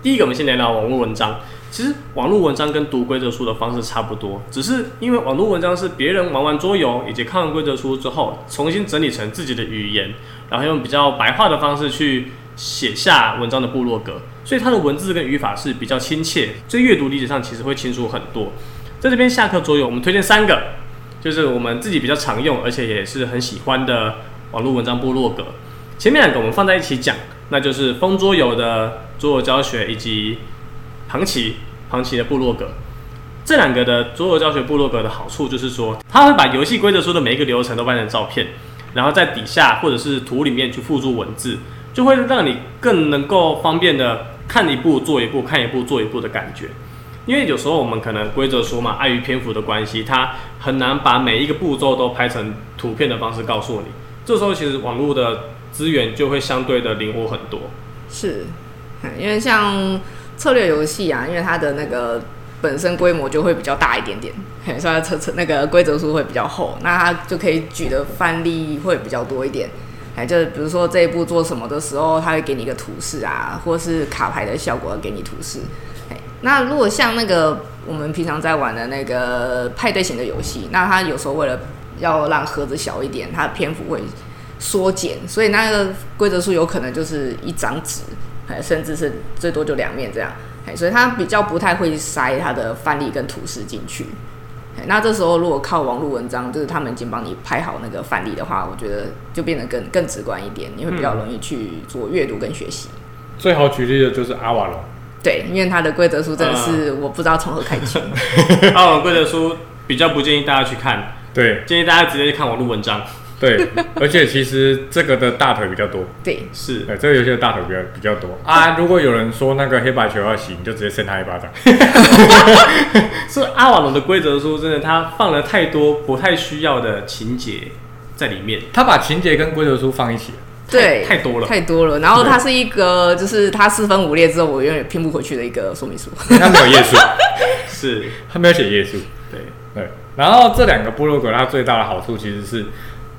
A: 第一个，我们先聊聊网络文章。其实网络文章跟读规则书的方式差不多，只是因为网络文章是别人玩完桌游以及看完规则书之后，重新整理成自己的语言，然后用比较白话的方式去写下文章的部落格，所以它的文字跟语法是比较亲切，所以阅读理解上其实会清楚很多。在这边下课桌游，我们推荐三个，就是我们自己比较常用，而且也是很喜欢的网络文章部落格。前面两个我们放在一起讲，那就是风桌游的桌游教学以及庞奇，庞奇的部落格。这两个的桌游教学部落格的好处就是说，它会把游戏规则书的每一个流程都搬成照片，然后在底下或者是图里面去附注文字，就会让你更能够方便的看一步做一步，看一步做一步的感觉。因为有时候我们可能规则书嘛，碍于篇幅的关系，它很难把每一个步骤都拍成图片的方式告诉你。这时候其实网络的资源就会相对的灵活很多。
B: 是，嗯因为像策略游戏啊，因为它的那个本身规模就会比较大一点点，嘿所以它策策那个规则书会比较厚，那它就可以举的范例会比较多一点。哎，就是比如说这一步做什么的时候，它会给你一个图示啊，或是卡牌的效果给你图示。哎，那如果像那个我们平常在玩的那个派对型的游戏，那它有时候为了要让盒子小一点，它篇幅会缩减，所以那个规则书有可能就是一张纸，哎，甚至是最多就两面这样，哎，所以它比较不太会塞它的范例跟图示进去。哎那这时候如果靠网络文章，就是他们已经帮你拍好那个范例的话，我觉得就变得更更直观一点，你会比较容易去做阅读跟学习。
A: 嗯
C: 最好举例的就是阿瓦隆，
B: 对，因为它的规则书真的是我不知道从何开启。
A: 阿文贵的书比较不建议大家去看，
C: 对
A: 建议大家直接去看网络文章。
C: 对， 而且其实这个的大腿比较多，
B: 对，
A: 是，
C: 对，这个游戏的大腿比较比较多啊。如果有人说那个黑白球要洗，你就直接扇他一巴掌。
A: 是阿瓦隆的规则书，真的他放了太多不太需要的情节在里面。
C: 他把情节跟规则书放一起了，
B: 对，
A: 太多了
B: 太多了。然后它是一个，就是它四分五裂之后，我永远拼不回去的一个说明 书。
C: 他没有页数，
A: 是，
C: 他没有写页数。
A: 对，
C: 对，然后这两个部落格它最大的好处其实是，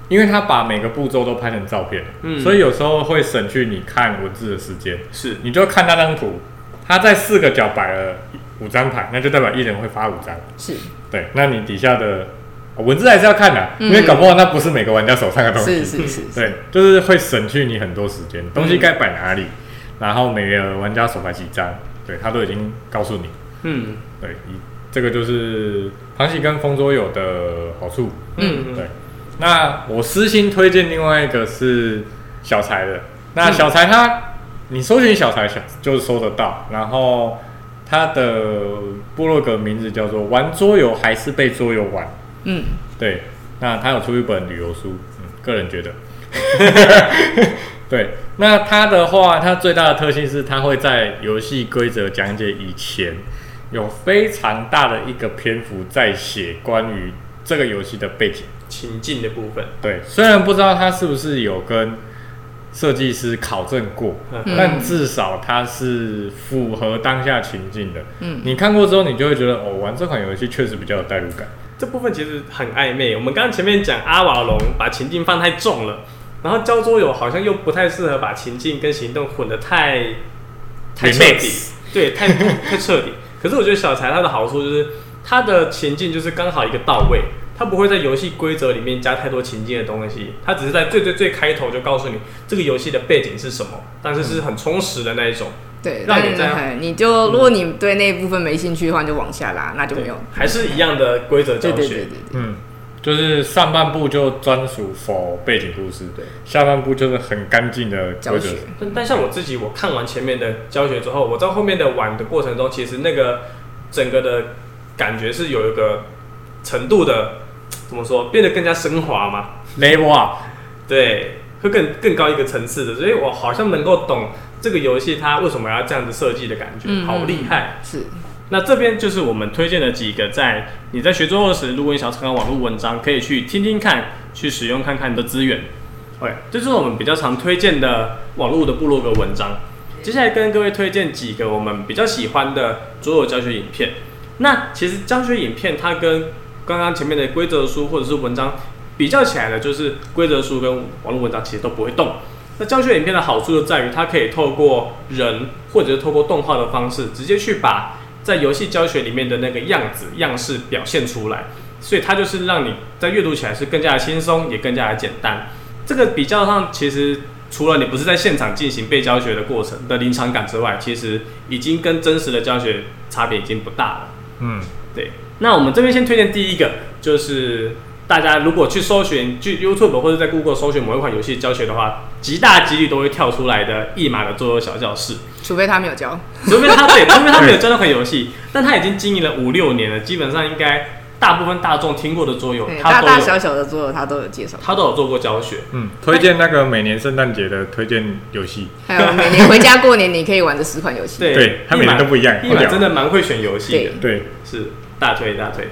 C: 因为它把每个步骤都拍成照片，
A: 嗯
C: 所以有时候会省去你看文字的时间，
A: 是，
C: 你就看那张图，它在四个角摆了五张牌，那就代表一人会发五张。
B: 是
C: 对，那你底下的哦文字还是要看的、
B: 嗯
C: 因为搞不好那不是每个玩家手上的东西。
B: 是是是，是
C: 对，就是会省去你很多时间，东西该摆哪里，然后每个玩家手牌几张，对他都已经告诉你。
A: 嗯
C: 对，一这个就是螃蟹跟风桌游的好处。
A: 嗯，
C: 对，那我私心推荐另外一个是小财的。那小财他，你搜寻小财小就是搜得到，然后他的部落格名字叫做“玩桌游还是被桌游玩
B: 嗯，”。
C: 对，那他有出一本旅游书，嗯，个人觉 得。对，那他的话，他最大的特性是，他会在游戏规则讲解以前，有非常大的一个篇幅在写关于这个游戏的背景。
A: 情境的部分，
C: 对，虽然不知道他是不是有跟设计师考证过，
A: 嗯
C: 但至少他是符合当下情境的。
B: 嗯
C: 你看过之后，你就会觉得哦，玩这款游戏确实比较有代入感。
A: 这部分其实很暧昧。我们刚刚前面讲阿瓦隆把情境放太重了，然后教桌游好像又不太适合把情境跟行动混得太太彻
C: Remix
A: 底，对，太太彻底。可是我觉得小柴它的好处就是它的情境就是刚好一个到位，它不会在游戏规则里面加太多情境的东西，它只是在最最最开头就告诉你这个游戏的背景是什么，但是是很充实的那一种。
B: 对，
A: 让
B: 那
A: 你
B: 你
A: 这样嗯
B: 哎你就如果你对那一部分没兴趣的话，你就往下拉，那就没有。
A: 还是一样的规则教
B: 对
A: 学。
B: 对对对对
C: 嗯，就是上半部就专属否背景故事，对，下半部就是很干净的
B: 教
C: 规则
B: 学，
A: 但但像我自己，我看完前面的教学之后，我在后面的玩的过程中，其实那个整个的感觉是有一个程度的，怎么说，变得更加升华嘛。
C: level up，
A: 对，会更更高一个层次的，所以我好像能够懂这个游戏它为什么要这样子设计的感觉，
B: 嗯
A: 好厉害。
B: 是
A: 那这边就是我们推荐的几个在，你在学中文时，如果你想要参考网络文章，可以去听听看，去使用看看你的资源。OK，这就是我们比较常推荐的网络的部落格文章。接下来跟各位推荐几个我们比较喜欢的桌游教学影片。那其实教学影片它跟刚刚前面的规则书或者是文章比较起来的，就是规则书跟网络文章其实都不会动。那教学影片的好处就在于它可以透过人或者是透过动画的方式，直接去把在游戏教学里面的那个样子样式表现出来，所以它就是让你在阅读起来是更加的轻松，也更加的简单。这个比较上，其实除了你不是在现场进行被教学的过程的临场感之外，其实已经跟真实的教学差别已经不大了。
C: 嗯，
A: 对，那我们这边先推荐第一个，就是大家如果去搜寻去 YouTube 或者在 Google 搜寻某一款游戏教学的话，极大几率都会跳出来的一码的桌游小教室。
B: 除非他没有教，
A: 除非他对，除非他 没有教那款游戏，但他已经经营了五六年了，基本上应该大部分大众听过的桌游
B: 对，
A: 他
B: 大
A: 都
B: 大
A: 有，
B: 小小的桌游他都有介绍，
A: 他都有做过教学。
C: 嗯，推荐那个每年圣诞节的推荐游戏，
B: 还有每年回家过年你可以玩的十款游戏。嗯
A: 对，
C: 对他每
A: 一
C: 年
A: 满
C: 都不一样
A: 一
C: 好
A: 满
C: 屌
A: 真的蛮会选游戏的
B: 对，
C: 对，
A: 是大推大推。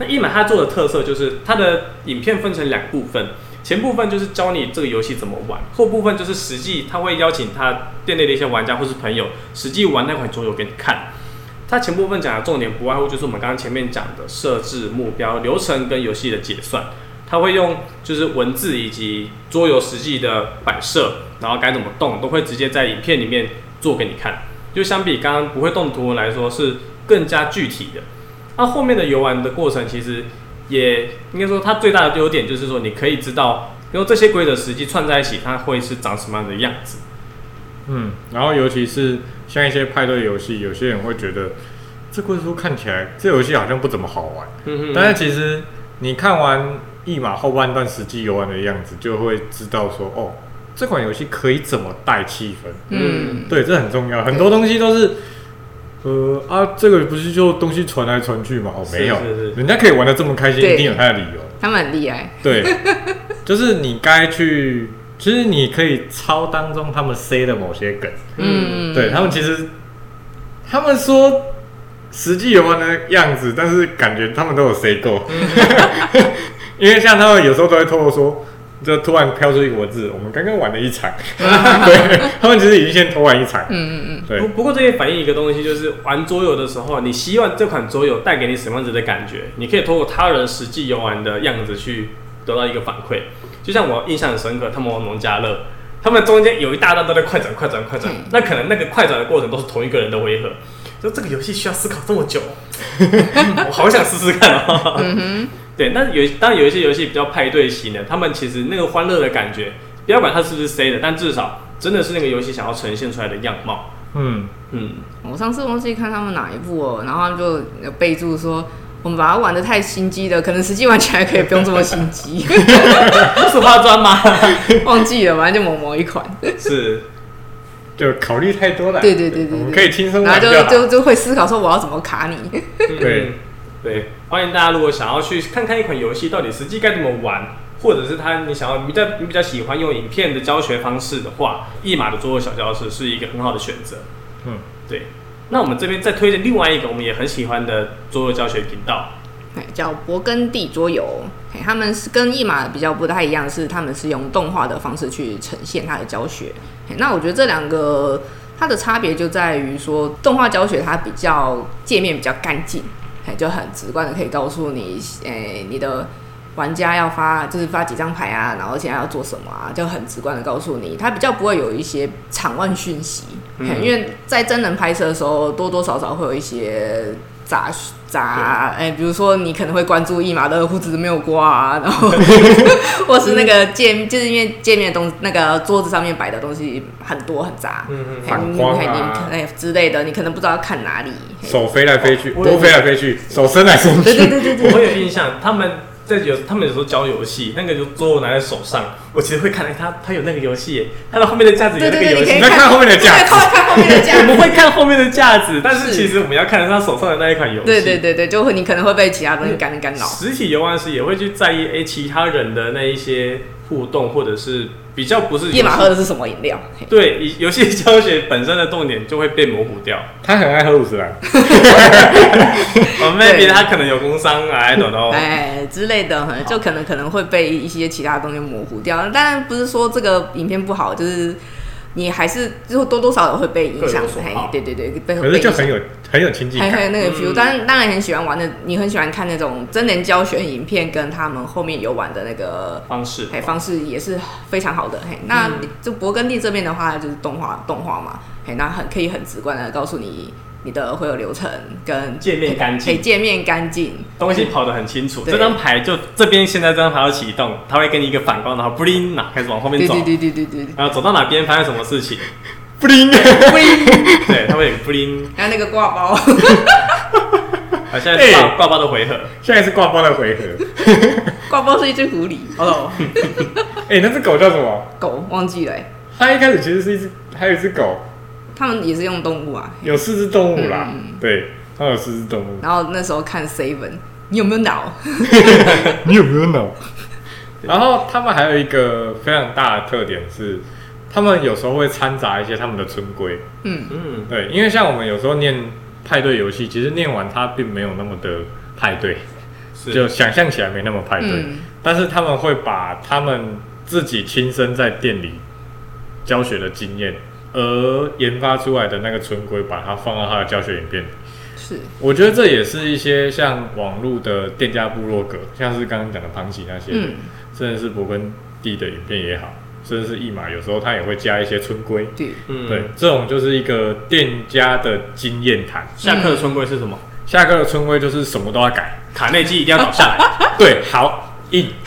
A: 那一满它做的特色就是它的影片分成两部分，前部分就是教你这个游戏怎么玩，后部分就是实际他会邀请他店内的一些玩家或是朋友实际玩那款桌游给你看。它前部分讲的重点不外乎就是我们刚刚前面讲的设置、目标、流程跟游戏的结算。他会用就是文字以及桌游实际的摆设，然后该怎么动，都会直接在影片里面做给你看。就相比刚刚不会动图文来说，是更加具体的。那后面的游玩的过程，其实也应该说它最大的优点就是说，你可以知道因为这些规则实际串在一起，它会是长什么样的样子。
C: 嗯，然后尤其是像一些派对游戏，有些人会觉得这故事书看起来这游戏好像不怎么好玩，
A: 嗯
C: 但是其实你看完一码后半段实际游玩的样子，就会知道说哦，这款游戏可以怎么带气氛，
B: 嗯，
C: 对，这很重要，很多东西都是。呃啊，这个不是就东西传来传去嘛？哦，没有，
A: 是是是
C: 人家可以玩的这么开心，
B: 对
C: 一定有他的理由。
B: 他们很厉害，
C: 对，就是你该去，其实你可以抄当中他们塞的某些梗，
B: 嗯，
C: 对他们其实，他们说实际游玩的样子，但是感觉他们都有 say 够，
B: 嗯
C: 因为像他们有时候都会透露说，就突然飘出一个文字，我们刚刚玩了 一场，对他们其实已经先偷玩一场，
B: 嗯嗯
C: 对
A: 不，不过这也反映一个东西，就是玩桌游的时候，你希望这款桌游带给你什么样子的感觉？你可以通过他人实际游玩的样子去得到一个反馈。就像我印象很深刻，他们玩农家乐，他们中间有一大段都在快转、快转、快转，那可能那个快转的过程都是同一个人的回合。就这个游戏需要思考这么久，嗯我好想试试看哦。对，但是有当然有一些游戏比较派对型的，他们其实那个欢乐的感觉，不要管它是不是 C 的，但至少真的是那个游戏想要呈现出来的样貌。
C: 嗯，
A: 嗯，
B: 嗯，我上次忘记看他们哪一部哦，然后他们就有备注说。我们把它玩的太心机了，可能实际玩起来可以不用这么心机，
A: 是花砖吗？
B: 忘记了，反正就某某一款，
A: 是，
C: 就考虑太多了，
B: 对对对对
C: 我们
B: 对
C: 可以轻松
B: 然后
C: 玩
B: 就
C: 好。
B: 就就会思考说我要怎么卡你，
C: 对
A: 嗯对，欢迎大家如果想要去看看一款游戏到底实际该怎么玩，或者是它你想要比较你比较喜欢用影片的教学方式的话，一码的桌游小教室是一个很好的选择。
C: 嗯，
A: 对，那我们这边再推荐另外一个我们也很喜欢的桌游教学频道。
B: 哎叫勃艮第桌游，哎他们是跟一马比较不太一样，是他们是用动画的方式去呈现它的教学。哎那我觉得这两个它的差别就在于说，动画教学它比较界面比较干净，哎就很直观的可以告诉你，哎你的玩家要发就是发几张牌啊，然后现在要做什么啊，就很直观的告诉你，它比较不会有一些场外讯息，
A: 嗯
B: 嘿因为在真人拍摄的时候，多多少少会有一些杂杂，哎、比如说你可能会关注一马的胡子没有刮啊，然后或是那个界，就是因为界面的东那个桌子上面摆的东西很多很杂，
C: 嗯嗯
B: 嘿
C: 反
B: 你
C: 光
B: 嘿你
C: 啊
B: 可哎之类的，你可能不知道要看哪里。嘿
C: 手飞来飞去，
A: 我
C: 头飞来飞去，手伸来伸
B: 对
C: 去，
B: 对对对
A: 我
B: 对，
A: 会有印象，他们在有他们有时候教游戏，那个就桌游拿在手上，我其实会看哎他他有那个游戏耶，他的后面的架子有
B: 对
A: 那个
B: 对对，
A: 游
B: 你可
A: 戏
B: 以。
C: 那看后面的架
B: 对，
C: 子
B: 看看后面的架
A: 我们
B: 子。
A: 会看后面的架子，但是
B: 是
A: 其实我们要看他手上的那一款游戏。
B: 对对对对，就会你可能会被其他东西干干扰。
A: 实体游玩时也会去在意诶其他人的那一些互动，或者是比较不是
B: 夜马喝的是什么饮料？嘿
A: 对以游戏教学本身的重点就会被模糊 掉。
C: 他很爱喝五十兰，
A: 哦 maybe 他可能有工伤，I don't know。
C: 哦
B: 哎之类的，可能就可能可能会被一些其他东西模糊掉。当然不是说这个影片不好，就是你还是就多多少少会被影响
A: 各有所。
B: 嘿
A: 好，
B: 对对对，被
C: 可
B: 被
C: 是
B: 影
C: 就
B: 响。
C: 很有很有亲近
B: 还还
C: 感。
B: 有那个 feel，
A: 嗯
B: 当然当然很喜欢玩的，你很喜欢看那种真人教学影片，跟他们后面游玩的那个
A: 方式
B: 嘿哎方式也是非常好的。嘿，那
A: 嗯
B: 就勃艮第这边的话，就是动画动画嘛，嘿，那很可以很直观的告诉你你的会有流程跟
A: 界面干
B: 嘿
A: 净，
B: 界面干净，
A: 东西跑得很清楚。
B: 哎对
A: 这张牌就这边现在这张牌要启动，它会给你一个反光，然后 bling，然后开始往后面
B: 对
A: 走，
B: 对对对 对对，
A: 然后走到哪边发生什么事情，
C: 不灵，
A: 对，它会有 bling。
B: 然后那个挂包，
A: 啊，现在是挂
C: 哎
A: 挂包的回合，
C: 现在是挂包的 回合。
B: 挂包是一只狐狸哦，
C: 哎，那只狗叫什么？
B: 狗忘记了欸，
C: 它一开始其实是一只，还有一只狗，
B: 他们也是用动物啊。
C: 有四只动物啦。
B: 嗯
C: 对，它有四只动物。
B: 然后那时候看 Seven，你有没有脑？
C: 你有没有 脑？然后他们还有一个非常大的特点是，他们有时候会掺杂一些他们的村规。
B: 嗯，
A: 嗯，
C: 对，因为像我们有时候念派对游戏，其实念完它并没有那么的派对，
A: 是
C: 就想象起来没那么
A: 哎
C: 派对。
B: 嗯
C: 但是他们会把他们自己亲身在店里教学的经验，而研发出来的那个村规，把它放到他的教学影片里
B: 是，
C: 我觉得这也是一些像网络的店家部落格，像是刚刚讲的庞奇那些，
B: 嗯
C: 甚至是勃艮第的影片也好，甚至是一马，有时候它也会加一些村规。
B: 对。
A: 嗯
C: 对，。这种就是一个店家的经验谈。
A: 下课的村规是什么？
C: 下课的村规就是什么都要改。
A: 卡内基一定要搞下来。
C: 对，好硬。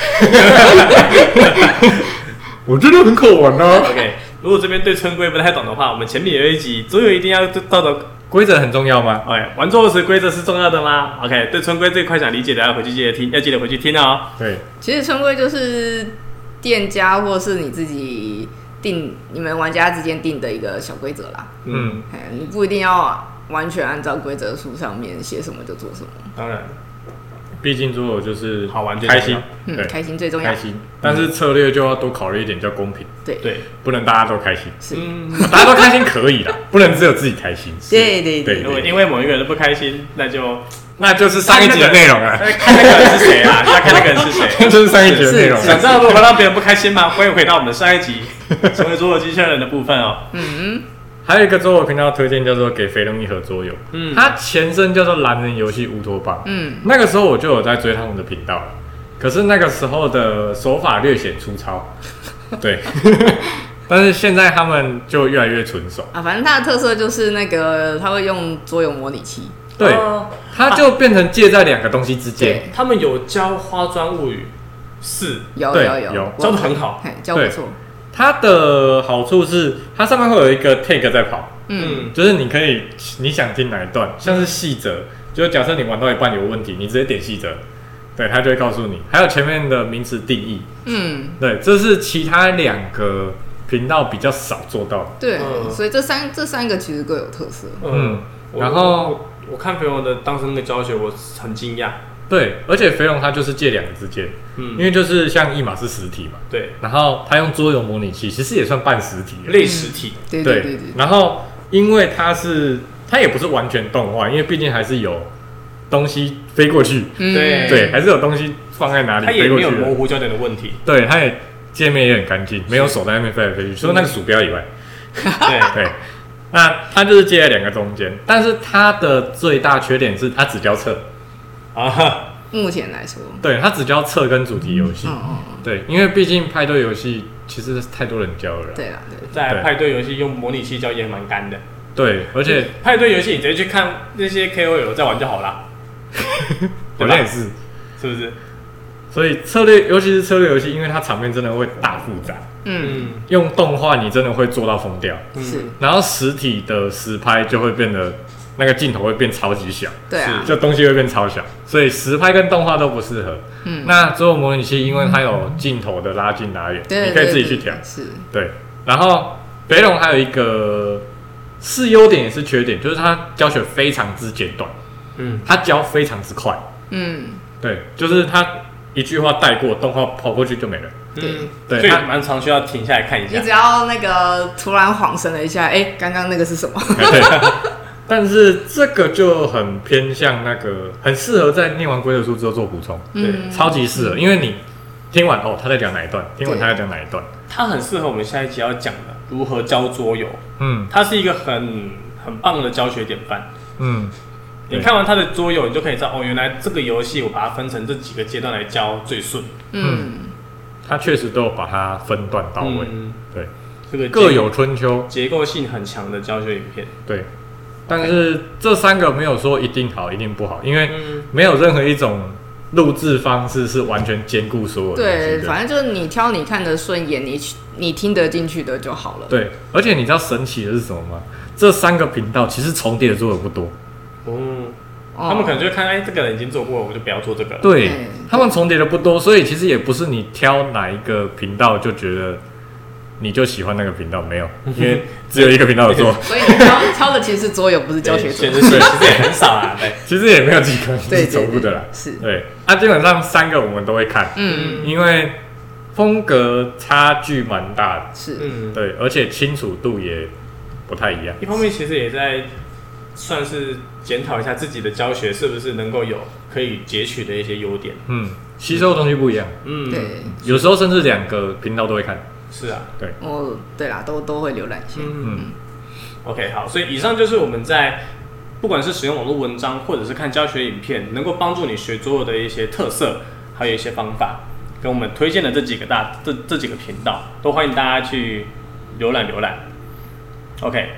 C: 我觉得很好玩啊！
A: OK，如果这边对村规不太懂的话，我们前面有一集桌游一定要到的
C: 规则很重要吗？
A: OK，玩桌游时规则是重要的吗？OK，对村规这一块想理解的，要回去记得听，要记得回去听哦。
C: 对，
B: 其实村规就是店家或是你自己定，你们玩家之间定的一个小规则啦。
C: 嗯，
B: 哎，你不一定要完全按照规则书上面写什么就做什么。
A: 当然，
C: 毕竟桌游嗯就是
A: 好玩最重
C: 开
A: 要
C: 心，
B: 嗯
C: 对，，
B: 开心最重要
C: 开。心。但是策略就要多考虑一点，叫公平，
B: 对，
A: 对，
C: 不能大家都开心。
B: 是，
A: 嗯，
C: 大家都开心可 以啦，不能只有自己开心。
B: 对对
C: 对
B: 对，
A: 如果因为某一个人不开心，那就哎
C: 那就是上一集的内容了，
A: 看那个人是谁啊，要看那个人是
C: 那
A: 谁。
C: 就是上一集的内容啊
A: 想
C: 了。
A: 知道如何让别人不开心吗？欢迎回到我们的上一集《成为桌游机器人》的部分哦。
B: 嗯，
C: 还有一个桌游频道推荐叫做《给肥龙一盒桌游》，
A: 嗯
C: 它前身叫做《狼人游戏乌托邦》。
B: 嗯，
C: 那个时候我就有在追他们的频道了，可是那个时候的手法略显粗糙，对。但是现在他们就越来越纯熟，
B: 啊，反正它的特色就是那个，它会用桌游模拟器。
C: 对，
A: 哦
C: 它就变成介在两个东西之间。
A: 他们有教《花砖物语》四，
B: 有
C: 对
B: 有
C: 有
B: 有，
A: 教的很好。
B: 嘿，教不
C: 对
B: 错。
C: 它的好处是，它上面会有一个 tag 在跑，
B: 嗯，
A: 嗯，
C: 就是你可以你想听哪一段，像是细则，就是假设你玩到一半有问题，你直接点细则，对，它就会告诉你。还有前面的名词定义，
B: 嗯，
C: 对，这是其他两个频道比较少做到的。
B: 对，
A: 嗯
B: 所以这三这三个其实各有特色。
A: 呃
C: 嗯
A: 我
C: 然后
A: 我看朋友的当时那个教学，我很惊讶。
C: 对，而且肥龙它就是借两个之间，
A: 嗯，
C: 因为就是像一码是实体嘛，
A: 对，
C: 然后它用桌游模拟器，其实也算半实体了。
A: 类实体，
B: 对对对对，
C: 然后因为它是它也不是完全动画，因为毕竟还是有东西飞过去，
B: 嗯
A: 对
C: 对，还是有东西放在哪里
A: 它也
C: 嗯飞过
A: 没
C: 去
A: 有模
C: 的，
A: 糊焦点的问 题。
C: 对，它也界面也很干净，没有手在那边飞来飞去，
A: 嗯
C: 除了那个鼠标以外，
A: 对，
C: 对。那它就是介在两个中间，但是它的最大缺点是它只教测，
A: 啊，
B: 目前来说，
C: 对，它只教测跟主题游戏。
B: 嗯嗯嗯，
C: 对，因为毕竟派对游戏其实太多人教了啦。
B: 对啦，对，
A: 在
C: 对
A: 派对游戏用模拟器教也蛮干的，
C: 对，而且
A: 派对游戏你直接去看那些 KOL 在玩就好啦，
C: 好
A: 对吧
C: 像也是，
A: 是不是？
C: 所以策略，尤其是策略游戏，因为它场面真的会大复杂，
B: 嗯，
A: 嗯，
C: 用动画你真的会做到疯掉，
B: 是，
C: 然后实体的实拍就会变得那个镜头会变超级小，
B: 对啊，
C: 就东西会变超小，所以实拍跟动画都不适合。
B: 嗯，
C: 那最后模拟器因为它有镜头的拉近拉远，
B: 对，
C: 你可
B: 对
C: 以自己
B: 对
C: 去调。
B: 是，
C: 对，然后北龙还有一个是优点也是缺点，就是它教学非常之简短，
A: 嗯，
C: 它教非常之快。
B: 嗯，
C: 对，就是它一句话带过，动画跑过去就没了。
B: 对
C: 对
A: 嗯所以
C: 它
A: 蛮常需要停下来看一
B: 你
A: 下
B: 只。要那个突然恍神了一下，哎，刚刚那个是 什么？
C: 哎对，但是这个就很偏向那个，很适合在念完规则书之后做补充，
A: 对
B: 嗯，
C: 超级适合，因为你听完哦，他在讲哪一段，听完他在讲哪一段，
A: 它很适合我们下一集要讲的如何教桌游，
C: 嗯
A: 它是一个很很棒的教学典范。
C: 嗯，对
A: 你看完它的桌游，你就可以知道哦，原来这个游戏我把它分成这几个阶段来教最顺。
B: 嗯，
C: 他确实都有把它分段到位，
A: 嗯
C: 对，
A: 这个
C: 各
A: 结
C: 有春秋，
A: 结构性很强的教学影片。
C: 对。但是这三个没有说一定好，一定不好，因为
A: 嗯，
C: 没有任何一种录制方式是完全兼顾所有东西
B: 对，
C: 的。
B: 反正就是你挑你看得顺眼，你你听得进去的就好了。
C: 对，而且你知道神奇的是什么吗？这三个频道其实重叠的做的不多，
A: 哦，
B: 哦，
A: 他们可能就会看，哎，这个人已经做过了，我就不要做这个了。
C: 对
B: 嗯
C: 他们重叠的不多，所以其实也不是你挑哪一个频道就觉得你就喜欢那个频道，没有，因为只有一个频道有做，
B: 所以你挑挑的其实是桌游，不是教学桌
A: 选
B: 游
A: 择。性其实也很少啦。对，
C: 其实也没有几个人
B: 对
C: 是
B: 对
C: 重复的
B: 对
C: 啦。
B: 是，
C: 对，那、基本上三个我们都会看，
B: 嗯，
C: 因为风格差距蛮大的，
B: 是，
A: 嗯，
C: 对，而且清楚度也不太一样。
A: 一方面其实也在算是检讨一下自己的教学是不是能够有可以截取的一些优点。
C: 嗯，吸收的东西不一样，
A: 嗯，，
B: 对，
C: 有时候甚至两个频道都会看。
A: 是啊。
B: 我哦对啦，都都会浏览一下。
A: 嗯
C: 嗯
A: ，OK，好，所以以上就是我们在不管是使用网络文章或者是看教学影片，能够帮助你学桌游的一些特色，还有一些方法，跟我们推荐的这几个大这这几个频道，都欢迎大家去浏览浏览。OK，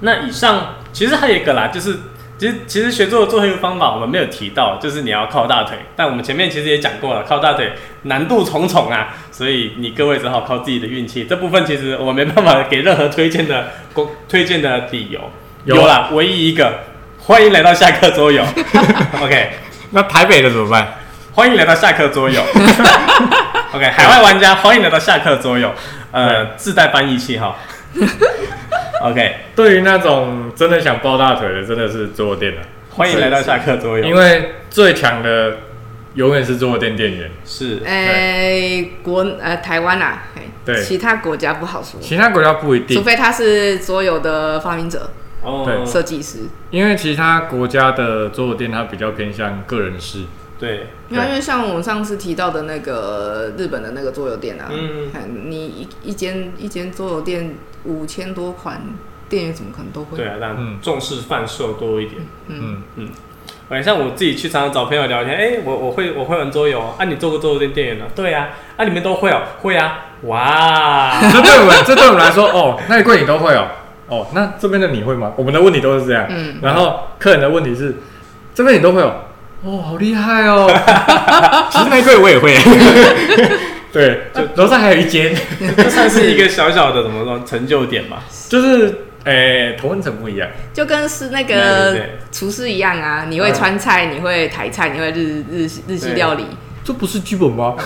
A: 那以上其实还有一个啦，就是。其实，其实学做的最后一个方法我们没有提到，就是你要靠大腿。但我们前面其实也讲过了，靠大腿难度重重啊，所以你各位只好靠自己的运气。这部分其实我没办法给任何推荐的公推荐的理由。
C: 有
A: 有啦，唯一一个，欢迎来到下课桌游。OK，
C: 那台北的怎么办？
A: 欢迎来到下课桌 游。OK，海外玩家欢迎来到下课桌游。呃，自带翻译器 哈。OK，
C: 对于那种真的想抱大腿的，真的是桌游店了，
A: 欢迎来到下课桌游。
C: 因为最强的永远是桌游店店员，
A: 是
B: 哎，国呃台湾啊，哎
C: 对
B: 其他国家不好说，
C: 其他国家不一
B: 除
C: 定，
B: 非他是桌游的发明者、
A: 哦
C: 对，
B: 设计师。
C: 因为其他国家的桌游店它比较偏向个人式，
A: 对，
B: 因为
C: 对
B: 因为像我们上次提到的那个日本的那个桌游店啊，
A: 嗯
B: 看你一一间一间桌游店五千多款，店员怎么可能都会？
A: 对啊，让
C: 嗯
A: 重视贩售多一点。
C: 嗯，
A: 哎，像我自己去常常找朋友聊天，哎、我我会我会玩桌游哦，啊，你做过桌游店店员呢？对啊，啊，你们都会哦，会啊，哇，
C: 这对我们这对我们来说，哦，那一柜你都会哦，哦，那这边的你会吗？我们的问题都是这样，
B: 嗯
C: 然后客人的问题是，这边你都会哦，哦，好厉 害哦，其实那一柜我也会， 对，就楼上还有一间，
A: 这算是一个小小的怎么说成就点吧？
C: 就是诶，同温层不一样。
B: 就跟是那
A: 对对
B: 个
A: 对
B: 厨师一样啊，你会川菜，你会台菜，你会日日日系
A: 对
B: 料理，
C: 这不是剧本吗？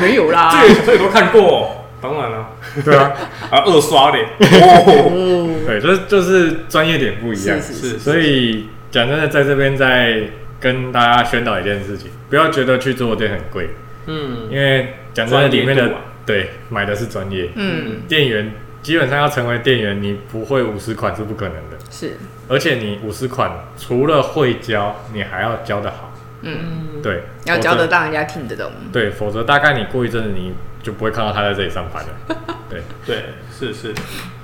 B: 没有啦。
A: 这啊个这个都看过、哦，当然了、
C: 对啊，
A: 啊，二刷 的，哦，
B: 哦，
C: 对，就是就是专业点不一样
B: 是。是
A: 是，
C: 所以讲真的，在这边再跟大家宣导一件事情，不要觉得去做店很贵，
A: 嗯
C: 因为讲真的，里面
A: 专业
C: 的
A: 度啊
C: 对买的是专业
B: 嗯，
C: 店员，基本上要成为店员，你不会五十款是不可能的。
B: 是，
C: 而且你五十款除了会教，你还要教的好，
B: 嗯，
A: 嗯，
C: 对，
B: 要教
C: 否则
B: 得让人家听得懂。
C: 对，否则大概你过一阵子你就不会看到他在这里上班了。对，
A: 对，是是，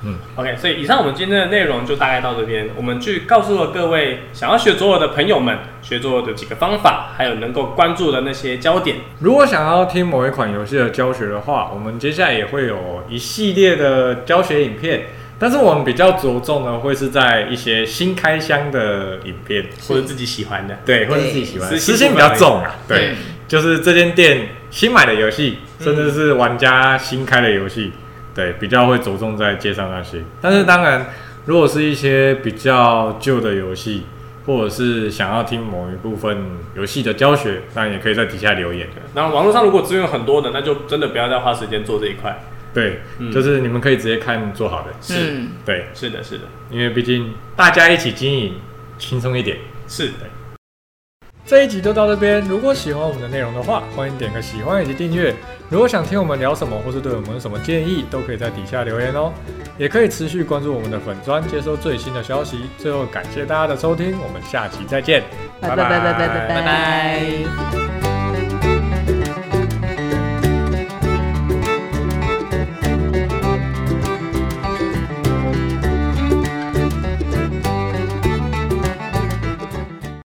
C: 嗯
A: ，OK，所以以上我们今天的内容就大概到这边，我们去告诉了各位想要学左耳的朋友们，学左耳的几个方法，还有能够关注的那些焦点。
C: 如果想要听某一款游戏的教学的话，我们接下来也会有一系列的教学影片，但是我们比较着重的会是在一些新开箱的影片，
A: 或者自己喜欢的，
C: 对，或者自己喜欢，
A: 对
C: 私心比较重啊，
B: 对
C: 对，就是这间店新买的游戏，甚至是玩家新开的游戏，对，比较会着重在介绍那些。但是当然，如果是一些比较旧的游戏，或者是想要听某一部分游戏的教学，那也可以在底下留言。
A: 然后网络上如果资源很多的，那就真的不要再花时间做这一块。
C: 对，
A: 嗯
C: 就是你们可以直接看做好的，
B: 嗯，
C: 对，
A: 是的，是的，
C: 因为毕竟大家一起经营，轻松一点。
A: 是的。
C: 这一集就到这边。如果喜欢我们的内容的话，欢迎点个喜欢以及订阅。如果想听我们聊什么，或是对我们有什么建议，都可以在底下留言哦。也可以持续关注我们的粉砖，接收最新的消息。最后感谢大家的收听，我们下期再见，
B: 拜拜拜拜拜拜拜拜。